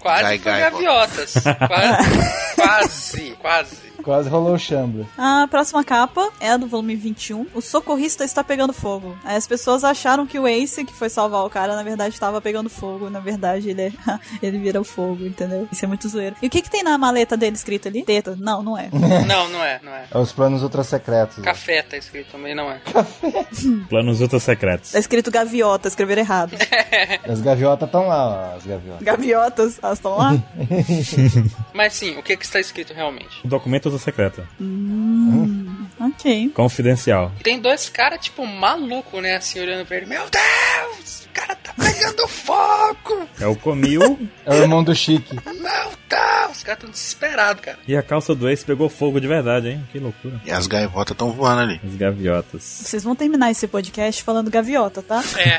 Speaker 5: Quase
Speaker 1: Gai,
Speaker 5: foi
Speaker 1: gai,
Speaker 5: gaviotas.
Speaker 1: (laughs)
Speaker 5: quase, quase, quase.
Speaker 3: Quase rolou o chambre.
Speaker 4: A próxima capa é a do volume 21. O socorrista está pegando fogo. Aí as pessoas acharam que o Ace, que foi salvar o cara, na verdade estava pegando fogo. Na verdade, ele é... (laughs) ele vira o fogo, entendeu? Isso é muito zoeiro. E o que que tem na maleta dele escrito ali? Teta. Não, não é.
Speaker 5: Não, não é, não é.
Speaker 3: É os planos ultra secretos.
Speaker 5: Café tá escrito também, não é.
Speaker 2: Planos ultra secretos.
Speaker 4: Tá escrito gaviota, escreveram errado.
Speaker 3: As gaviotas estão lá, ó, as gaviotas.
Speaker 4: Gaviotas, elas estão lá?
Speaker 5: Mas sim, o que que está escrito realmente?
Speaker 2: O documento ultra secreto.
Speaker 4: ok.
Speaker 2: Confidencial.
Speaker 5: Tem dois caras, tipo, maluco, né? Assim, olhando pra ele. Meu Deus! O cara tá pegando fogo!
Speaker 2: É o Comil
Speaker 3: É o irmão do Chique.
Speaker 5: Meu Deus! Os caras tão desesperados, cara.
Speaker 2: e a calça do Ace pegou fogo de verdade, hein? Que loucura.
Speaker 1: E as gaivotas estão voando ali.
Speaker 2: As gaviotas.
Speaker 4: Vocês vão terminar esse podcast falando gaviota, tá?
Speaker 5: É.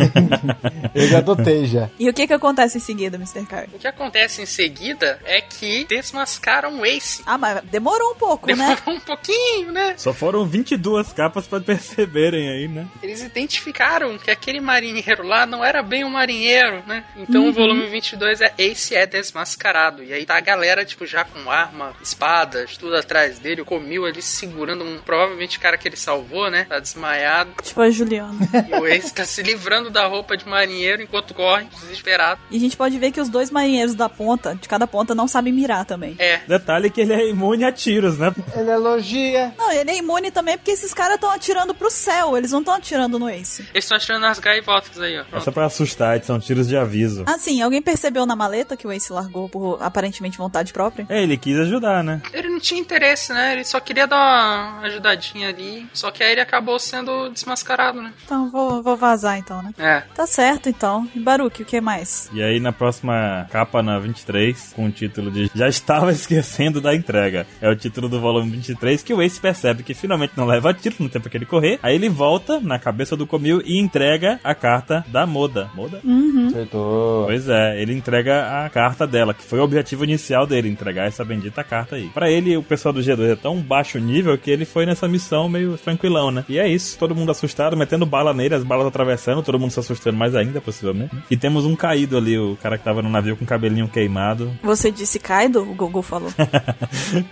Speaker 3: Eu já adotei já.
Speaker 4: E o que que acontece em seguida, Mr. Car?
Speaker 5: o que acontece em seguida é que desmascaram o Ace.
Speaker 4: Ah, mas demorou um pouco,
Speaker 1: é?
Speaker 5: (laughs)
Speaker 4: né?
Speaker 5: Demorou um pouquinho, né?
Speaker 2: Só foram 22 capas pra perceberem aí, né?
Speaker 5: Eles identificaram que aquele marinheiro lá não era bem um marinheiro, né? Então o volume 22 é Ace é desmascarado. E aí tá a galera, tipo, já com arma, espadas, tudo atrás dele, o Comil ali segurando um, provavelmente o cara que ele salvou, né? Tá desmaiado.
Speaker 4: Tipo a Juliana.
Speaker 5: E o Ace tá se livrando da roupa de marinheiro enquanto corre, desesperado.
Speaker 4: E a gente pode ver que os dois marinheiros da ponta, de cada ponta, não sabem mirar também.
Speaker 5: É.
Speaker 2: Detalhe que ele é imune a tiros, né?
Speaker 3: Ele elogia.
Speaker 4: Não, ele é imune também porque esses caras estão atirando pro céu, eles não estão atirando no Ace.
Speaker 5: Eles estão atirando nas gaivotas aí, ó.
Speaker 2: É
Speaker 5: Pronto.
Speaker 2: só pra assustar, são tiros de aviso.
Speaker 4: Assim, alguém percebeu na maleta que o Ace largou por aparentemente vontade própria?
Speaker 2: É, ele quis ajudar, né?
Speaker 5: Ele não tinha interesse, né? Ele só queria dar uma ajudadinha ali. Só que aí ele acabou sendo desmascarado, né?
Speaker 4: Então vou, vou vazar então, né?
Speaker 5: É.
Speaker 4: Tá certo então. E Baruque, o que mais?
Speaker 2: E aí na próxima capa, na 23, com o título de Já Estava Esquecendo da Entrega. É o título do volume 23 que o Ace percebe que finalmente não leva tiro no tempo que ele correr. Aí ele volta na cabeça do Comil e entrega a carta da Moda. Moda?
Speaker 9: Acertou.
Speaker 2: Pois é, ele entrega a carta dela, que foi o objetivo inicial dele, entregar essa bendita carta aí. Pra ele, o pessoal do G2 é tão baixo nível que ele foi nessa missão meio tranquilão, né? E é isso, todo mundo assustado, metendo bala nele, as balas atravessando, todo mundo se assustando mais ainda, possivelmente. E temos um caído ali, o cara que tava no navio com o cabelinho queimado. (laughs)
Speaker 4: Você disse Kaido? O Gogo falou.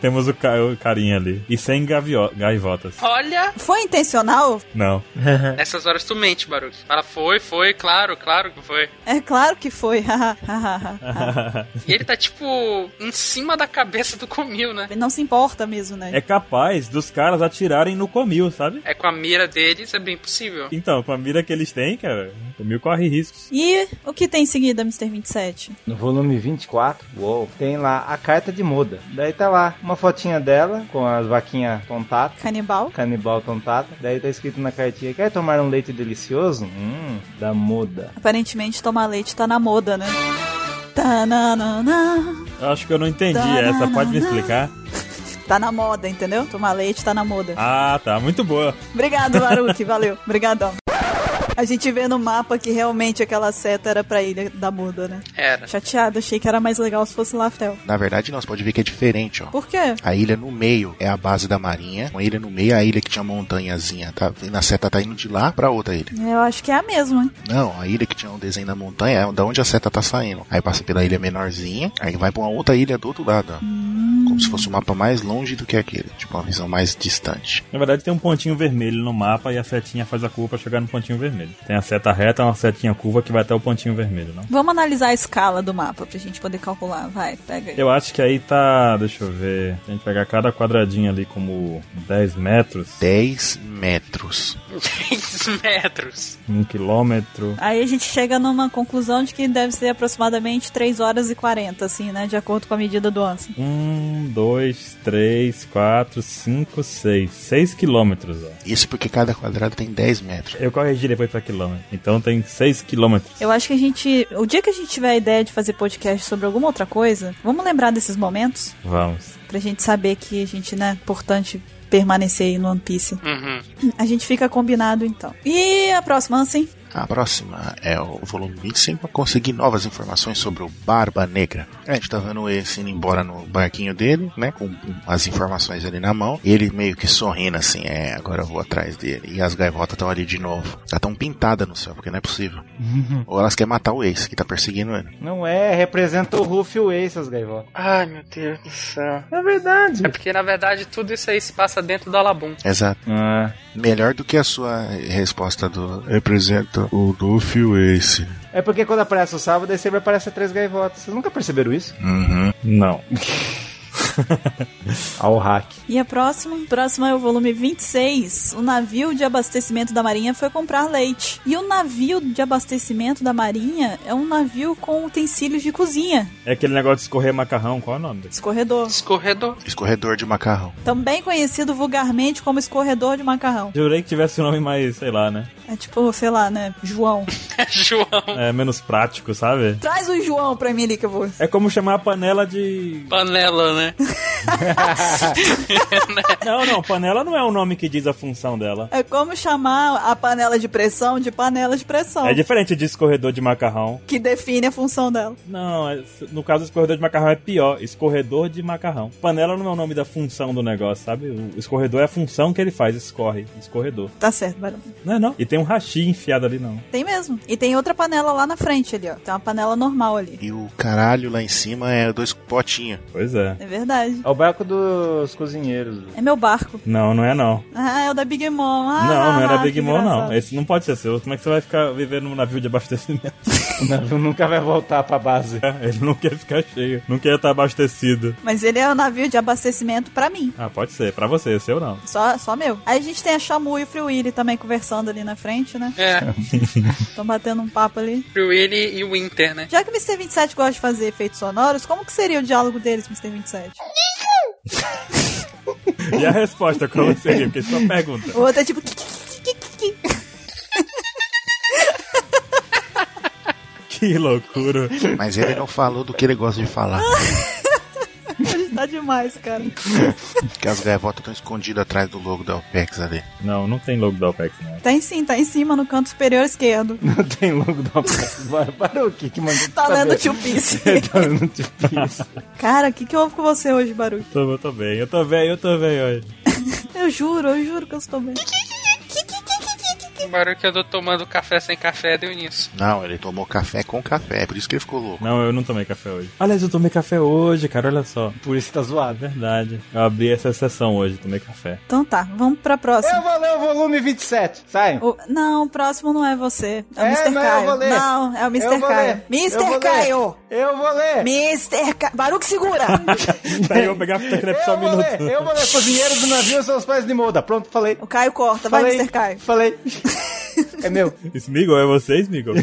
Speaker 2: temos o, ca- o carinha ali. E sem gavio- gaivotas.
Speaker 5: Olha,
Speaker 4: Foi intencional?
Speaker 2: Não. (laughs)
Speaker 5: nessas horas tu mente, Baruch. Fala, foi, foi, claro, claro que foi.
Speaker 4: É claro que foi. (laughs) Ele
Speaker 5: E ele tá, tipo, em cima da cabeça do Comil, né?
Speaker 4: não se importa mesmo, né?
Speaker 2: é capaz dos caras atirarem no Comil, sabe?
Speaker 5: É com a mira deles, é bem possível.
Speaker 2: Então, com a mira que eles têm, cara, o Comil corre riscos.
Speaker 4: E o que tem em seguida, Mr. 27?
Speaker 9: No volume 24, uou, tem lá a carta de moda. Daí tá lá uma fotinha dela com as vaquinhas tontadas.
Speaker 4: Canibal?
Speaker 9: Canibal tontata. Daí tá escrito na cartinha: Quer tomar um leite delicioso? Hum, da moda.
Speaker 4: Aparentemente tomar leite tá na moda, né? Tá na, na, na.
Speaker 2: Eu acho que eu não entendi essa, pode me explicar?
Speaker 4: Tá na moda, entendeu? Tomar leite tá na moda.
Speaker 2: Ah, tá, muito boa.
Speaker 4: Obrigado, Baruque. valeu. Obrigadão. A gente vê no mapa que realmente aquela seta era pra ilha da moda, né?
Speaker 5: Era.
Speaker 4: Chateado, achei que era mais legal se fosse Laftel.
Speaker 1: Na verdade, nós pode ver que é diferente, ó.
Speaker 4: Por quê?
Speaker 1: A ilha no meio é a base da marinha. Uma ilha no meio é a ilha que tinha montanhazinha. Tá? Na seta tá indo de lá pra outra ilha.
Speaker 4: Eu acho que é a mesma, hein?
Speaker 1: Não, a ilha que tinha um desenho da montanha é da onde a seta tá saindo. Aí passa pela ilha menorzinha, aí vai pra uma outra ilha do outro lado, ó. Como se fosse um mapa mais longe do que aquele. Tipo, uma visão mais distante.
Speaker 2: Na verdade, tem um pontinho vermelho no mapa e a setinha faz a curva pra chegar no pontinho vermelho. Tem a seta reta, uma setinha curva que vai até o pontinho vermelho, não?
Speaker 4: Vamos analisar a escala do mapa pra gente poder calcular. Vai, pega aí.
Speaker 2: Eu acho que aí tá. Deixa eu ver. Se a gente pegar cada quadradinho ali como 10 metros,
Speaker 1: 10 metros.
Speaker 5: 10 metros.
Speaker 2: um quilômetro.
Speaker 4: Aí a gente chega numa conclusão de que deve ser aproximadamente 3 horas e 40, assim, né? De acordo com a medida do Ansem.
Speaker 2: Um, dois, três, quatro, cinco, seis. Seis quilômetros, ó.
Speaker 1: Isso porque cada quadrado tem 10 metros.
Speaker 2: Eu corrigi depois pra quilômetro. Então tem seis quilômetros.
Speaker 4: Eu acho que a gente. O dia que a gente tiver a ideia de fazer podcast sobre alguma outra coisa, vamos lembrar desses momentos?
Speaker 2: Vamos.
Speaker 4: Pra gente saber que a gente, né? é Importante permanecer aí no One Piece.
Speaker 5: Uhum.
Speaker 4: A gente fica combinado então. E a próxima, Ansem?
Speaker 1: A próxima é o volume 25 para conseguir novas informações sobre o Barba Negra. A gente tá vendo esse indo embora no barquinho dele, né? Com as informações ali na mão. E ele meio que sorrindo assim, é, agora eu vou atrás dele. E as gaivotas estão ali de novo. Tá tão pintada no céu, porque não é possível. Ou elas querem matar o Ace, que tá perseguindo ele.
Speaker 9: Não é, representa o Ruff e o Ace, as gaivotas.
Speaker 5: Ai, meu Deus do céu.
Speaker 9: É verdade.
Speaker 5: É porque, na verdade, tudo isso aí se passa dentro do Alabum.
Speaker 1: Exato.
Speaker 9: Ah,
Speaker 3: É.
Speaker 1: Melhor do que a sua resposta do... Representa o Luffy e o Ace.
Speaker 9: É porque quando aparece o sábado, aí sempre aparece três gaivotas. Vocês nunca perceberam isso?
Speaker 1: Uhum.
Speaker 2: Não.
Speaker 9: Ao hack.
Speaker 4: E a próxima? Próxima é o volume 26. O navio de abastecimento da marinha foi comprar leite. E o navio de abastecimento da marinha é um navio com utensílios de cozinha.
Speaker 2: É aquele negócio de escorrer macarrão, qual é o nome? desse?
Speaker 4: Escorredor.
Speaker 5: Escorredor.
Speaker 1: Escorredor de macarrão.
Speaker 4: Também conhecido vulgarmente como escorredor de macarrão.
Speaker 2: Jurei que tivesse um nome mais, sei lá, né?
Speaker 4: É tipo, sei lá, né? João.
Speaker 5: (laughs) João.
Speaker 2: É menos prático, sabe?
Speaker 4: Traz o João pra mim ali que eu vou.
Speaker 2: É como chamar a panela de.
Speaker 5: Panela, né?
Speaker 2: Não, não, panela não é o nome que diz a função dela.
Speaker 4: É como chamar a panela de pressão de panela de pressão.
Speaker 2: É diferente de escorredor de macarrão.
Speaker 4: Que define a função dela.
Speaker 2: Não, é- no caso, escorredor de macarrão é pior. Escorredor de macarrão. Panela não é o nome da função do negócio, sabe? O escorredor é a função que ele faz, escorre, escorredor.
Speaker 4: Tá certo, Barão.
Speaker 2: Não é não? E tem um rachi enfiado ali, não.
Speaker 4: Tem mesmo. E tem outra panela lá na frente ali, ó. Tem uma panela normal ali.
Speaker 1: E o caralho lá em cima é dois potinhos.
Speaker 2: Pois é.
Speaker 4: É verdade.
Speaker 3: É o barco dos cozinheiros. (laughs)
Speaker 4: É meu barco.
Speaker 2: Não, não é não.
Speaker 4: Ah, é o da Big Mom. Ah,
Speaker 2: não, não era
Speaker 4: ah,
Speaker 2: Big
Speaker 4: que
Speaker 2: Mom, não.
Speaker 4: engraçado.
Speaker 2: Esse não pode ser seu. Como é que você vai ficar vivendo num navio de abastecimento? (laughs)
Speaker 3: O navio nunca vai voltar pra base. (laughs)
Speaker 2: Ele não quer ficar cheio, não quer estar abastecido.
Speaker 4: Mas ele é o navio de abastecimento pra mim.
Speaker 2: Ah, pode ser, pra você, seu não.
Speaker 4: Só, só meu. Aí a gente tem a Shamu e o Free Willy também conversando ali na frente, né?
Speaker 5: É,
Speaker 4: Estão batendo um papo ali.
Speaker 5: o Willy e o Winter, né?
Speaker 4: Já que o Mr. 27 gosta de fazer efeitos sonoros, como que seria o diálogo deles, Mr. 27?
Speaker 2: E a resposta, como seria? Porque só pergunta.
Speaker 4: O outro é tipo...
Speaker 2: (laughs) Que loucura.
Speaker 1: Mas ele não falou do que ele gosta de (laughs) falar.
Speaker 4: Hoje tá demais, cara.
Speaker 1: que as gaivotas estão escondidas atrás do logo da OPEX ali.
Speaker 2: Não, não tem logo da OPEX, não.
Speaker 4: Tá em sim, tá em cima, no canto superior esquerdo.
Speaker 3: Não tem logo da Bora, Para o que que mandou
Speaker 4: Tá
Speaker 3: saber?
Speaker 4: lendo
Speaker 2: (laughs)
Speaker 4: Tio Piece.
Speaker 3: (laughs) Tá lendo Tio Piece.
Speaker 4: Cara, o que, que houve com você hoje, Baruch?
Speaker 2: Tô, eu tô bem, eu tô bem, eu tô bem hoje.
Speaker 4: Eu juro, eu juro que eu estou bem.
Speaker 5: O barulho que eu tô tomando café sem café deu nisso.
Speaker 1: Não, ele tomou café com café, é por isso que ele ficou louco.
Speaker 2: Não, eu não tomei café hoje. Aliás, eu tomei café hoje, cara, olha só.
Speaker 3: Por isso tá zoado.
Speaker 2: Verdade. Eu abri essa sessão hoje, tomei (laughs) café.
Speaker 4: Então tá, vamos pra
Speaker 3: Eu
Speaker 4: próxima.
Speaker 3: vou ler É o volume 27. Sai.
Speaker 4: O- não, o próximo não é você. É o
Speaker 3: É,
Speaker 4: Mr.
Speaker 3: não, eu
Speaker 4: Caio.
Speaker 3: vou ler.
Speaker 4: Não, é o Mr.
Speaker 3: Eu vou
Speaker 4: Caio.
Speaker 3: ler.
Speaker 4: Mr.
Speaker 3: Eu vou ler.
Speaker 4: Caio!
Speaker 3: Eu vou ler.
Speaker 4: Mr. Caio. Baruque (laughs) segura!
Speaker 2: Daí eu vou pegar a fita crepe só
Speaker 3: Eu
Speaker 2: um
Speaker 3: vou ler.
Speaker 2: minuto.
Speaker 3: Eu vou ler. Cozinheiro do navio são os pais de Molda. Pronto, falei.
Speaker 4: o Caio corta, vai,
Speaker 3: Falei.
Speaker 4: Mr. Tá Caio. (laughs)
Speaker 3: Falei. É meu.
Speaker 2: Smigol, é você, (laughs) Smigol?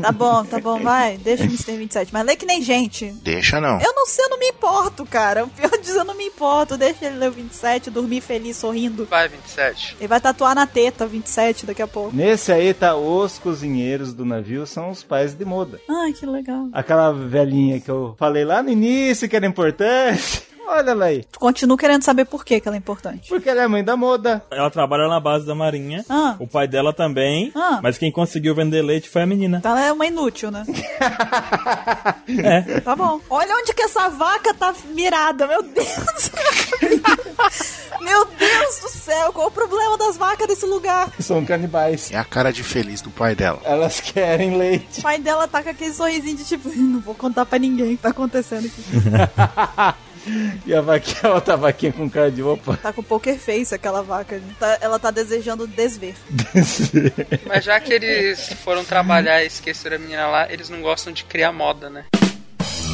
Speaker 4: Tá bom, tá bom, vai. Deixa o Mr. 27. Mas lê que nem gente.
Speaker 1: Deixa não.
Speaker 4: Eu não sei, eu não me importo, cara. O pior diz, eu não me importo. Deixa ele ler o 27, dormir feliz, sorrindo.
Speaker 5: Vai, 27.
Speaker 4: Ele vai tatuar na teta 27 daqui a pouco.
Speaker 3: Nesse aí tá os cozinheiros do navio são os pais de Moda.
Speaker 4: Ai, que legal.
Speaker 3: Aquela velhinha que eu falei lá no início que era importante. (laughs) Olha ela aí.
Speaker 4: Tu continua querendo saber por que que ela é importante.
Speaker 3: Porque ela é mãe da Moda.
Speaker 2: Ela trabalha na base da marinha.
Speaker 4: Ah.
Speaker 2: O pai dela também.
Speaker 4: Ah.
Speaker 2: Mas quem conseguiu vender leite foi a menina.
Speaker 4: Então ela é uma inútil, né?
Speaker 2: É.
Speaker 4: Tá bom. Olha onde que essa vaca tá mirada, meu Deus. meu Deus do céu, qual o problema das vacas desse lugar?
Speaker 3: São canibais.
Speaker 1: É a cara de feliz do pai dela.
Speaker 3: Elas querem leite.
Speaker 4: O pai dela tá com aquele sorrisinho de tipo, não vou contar pra ninguém o que tá acontecendo aqui.
Speaker 3: e a vaquinha, (laughs) ela tá a vaquinha com cara de opa. (laughs)
Speaker 4: Tá com poker face aquela vaca. né? Tá- ela tá desejando desver.
Speaker 5: Mas já que eles foram trabalhar e esqueceram a menina lá, eles não gostam de criar moda, né?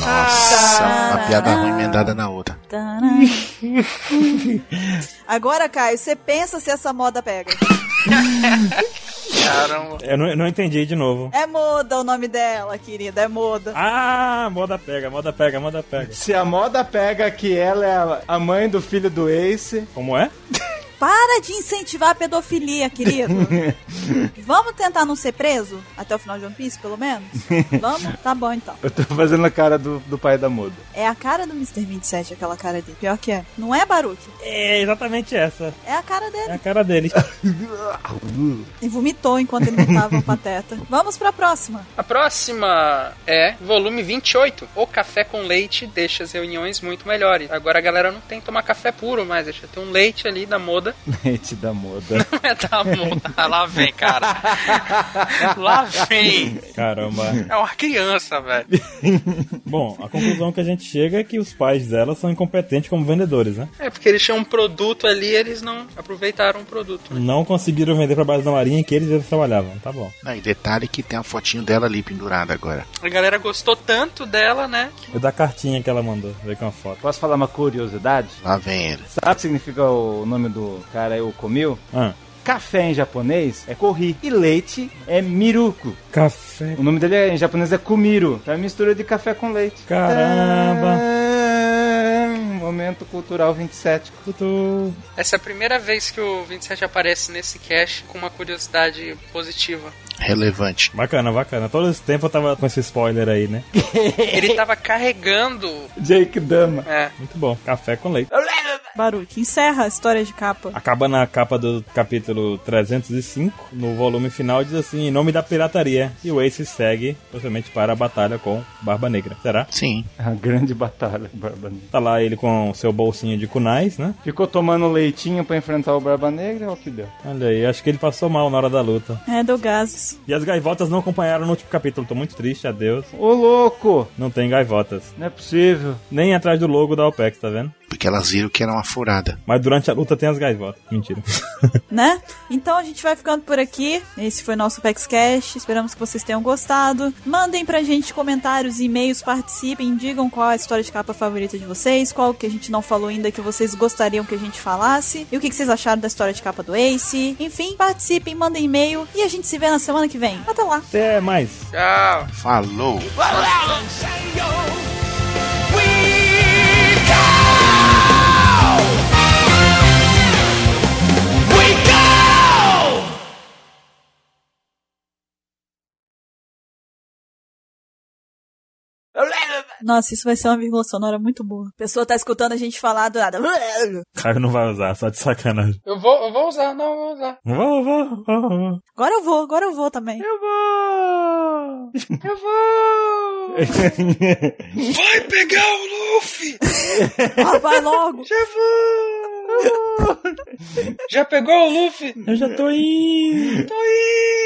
Speaker 1: Nossa, uma piada ruim emendada na outra.
Speaker 4: Tará. Agora, Caio, você pensa se essa moda pega.
Speaker 5: Caramba.
Speaker 2: Eu não, eu não entendi de novo.
Speaker 4: É moda o nome dela, querida, é moda.
Speaker 2: Ah, moda pega, moda pega, moda pega.
Speaker 3: Se a moda pega que ela é a- a mãe do filho do Ace,
Speaker 2: Como é?
Speaker 4: Para de incentivar a pedofilia, querido. Vamos tentar não ser preso? Até o final de One Piece, pelo menos? Vamos? Tá bom, então.
Speaker 3: eu tô fazendo a cara do, do pai da moda. (laughs)
Speaker 4: É a cara do Mr. 27, aquela cara dele. Pior que é. Não é Baruch.
Speaker 2: É exatamente essa.
Speaker 4: É a cara
Speaker 2: É
Speaker 4: dele.
Speaker 2: a cara dele.
Speaker 4: E vomitou enquanto ele lutava o pateta. Vamos pra próxima.
Speaker 5: A próxima é volume 28. O café com leite deixa as reuniões muito melhores. Agora a galera não tem que tomar café puro mais, deixa ter um leite ali da moda. (laughs)
Speaker 3: Leite da moda.
Speaker 5: Não é da moda. Ah, Lá vem, (laughs) cara. Lá vem.
Speaker 2: (laughs) Caramba.
Speaker 5: É uma criança, velho.
Speaker 2: Bom, a conclusão que a gente chega é que os pais dela são incompetentes como vendedores, né?
Speaker 5: É porque eles tinham um produto ali eles não aproveitaram o produto. né?
Speaker 2: Não conseguiram vender pra base da marinha em que eles mesmos trabalhavam. Tá bom.
Speaker 1: Não, e detalhe que tem a fotinho dela ali pendurada agora.
Speaker 5: A galera gostou tanto dela, né?
Speaker 2: Eu da cartinha que ela mandou, veio com a foto.
Speaker 3: Posso falar uma curiosidade?
Speaker 1: Lá vem ele.
Speaker 3: Sabe o que significa o nome do cara aí, o Komil?
Speaker 2: Ah,
Speaker 3: Café em japonês é corri e leite é miruku.
Speaker 2: café.
Speaker 3: O nome dele é- em japonês é kumiro. Então é mistura de café com leite.
Speaker 2: Caramba.
Speaker 3: Tcharam! Uma
Speaker 9: Momento Cultural 27.
Speaker 2: Tutu.
Speaker 5: Essa é a primeira vez que o 27 aparece nesse cast com uma curiosidade positiva.
Speaker 1: Relevante.
Speaker 2: Bacana, bacana. Todo esse tempo eu tava com esse spoiler aí, né?
Speaker 5: Ele tava carregando.
Speaker 9: Jake Dama.
Speaker 5: É.
Speaker 2: Muito bom. Café com leite.
Speaker 4: Baruque, encerra a história de capa.
Speaker 2: Acaba na capa do capítulo 305, no volume final, diz assim: em nome da pirataria. E o Ace segue, possivelmente, para a batalha com Barba Negra. Será?
Speaker 1: Sim.
Speaker 9: A É grande batalha, Barba Negra.
Speaker 2: Tá lá ele com o seu bolsinho de kunais, né?
Speaker 9: Ficou tomando leitinho pra enfrentar o Barba Negra, olha o que deu.
Speaker 2: Olha aí, acho que ele passou mal na hora da luta.
Speaker 4: É, deu gases.
Speaker 2: E as gaivotas não acompanharam no último capítulo. Tô muito triste, adeus.
Speaker 9: Ô louco!
Speaker 2: Não tem gaivotas.
Speaker 9: Não é possível.
Speaker 2: Nem atrás do logo da OPEX, tá vendo?
Speaker 1: Porque elas viram que era uma furada.
Speaker 2: Mas durante a luta tem as gaivotas. Mentira. (laughs)
Speaker 4: né? Então a gente vai ficando por aqui. Esse foi nosso PaxCast. Esperamos que vocês tenham gostado. Mandem pra gente comentários, e-mails, participem, digam qual é a história de capa favorita de vocês, qual que a gente não falou ainda que vocês gostariam que a gente falasse, e o que, que vocês acharam da história de capa do Ace. Enfim, participem, mandem e-mail e a gente se vê na semana que vem. Até lá!
Speaker 2: Até mais.
Speaker 5: Tchau.
Speaker 1: Falou!
Speaker 4: Nossa, isso vai ser uma vírgula sonora muito boa. A pessoa tá escutando a gente falar do nada.
Speaker 2: Caio não vai usar, só de sacanagem.
Speaker 5: Eu vou, eu vou usar, não, eu vou usar.
Speaker 2: Vou, vou, vou, vou.
Speaker 4: Agora eu vou, agora eu vou também.
Speaker 5: Eu vou! Eu vou! Vai pegar o Luffy!
Speaker 4: Ah, vai logo!
Speaker 5: Já vou! Já pegou o Luffy?
Speaker 2: Eu já tô indo.
Speaker 5: Tô indo!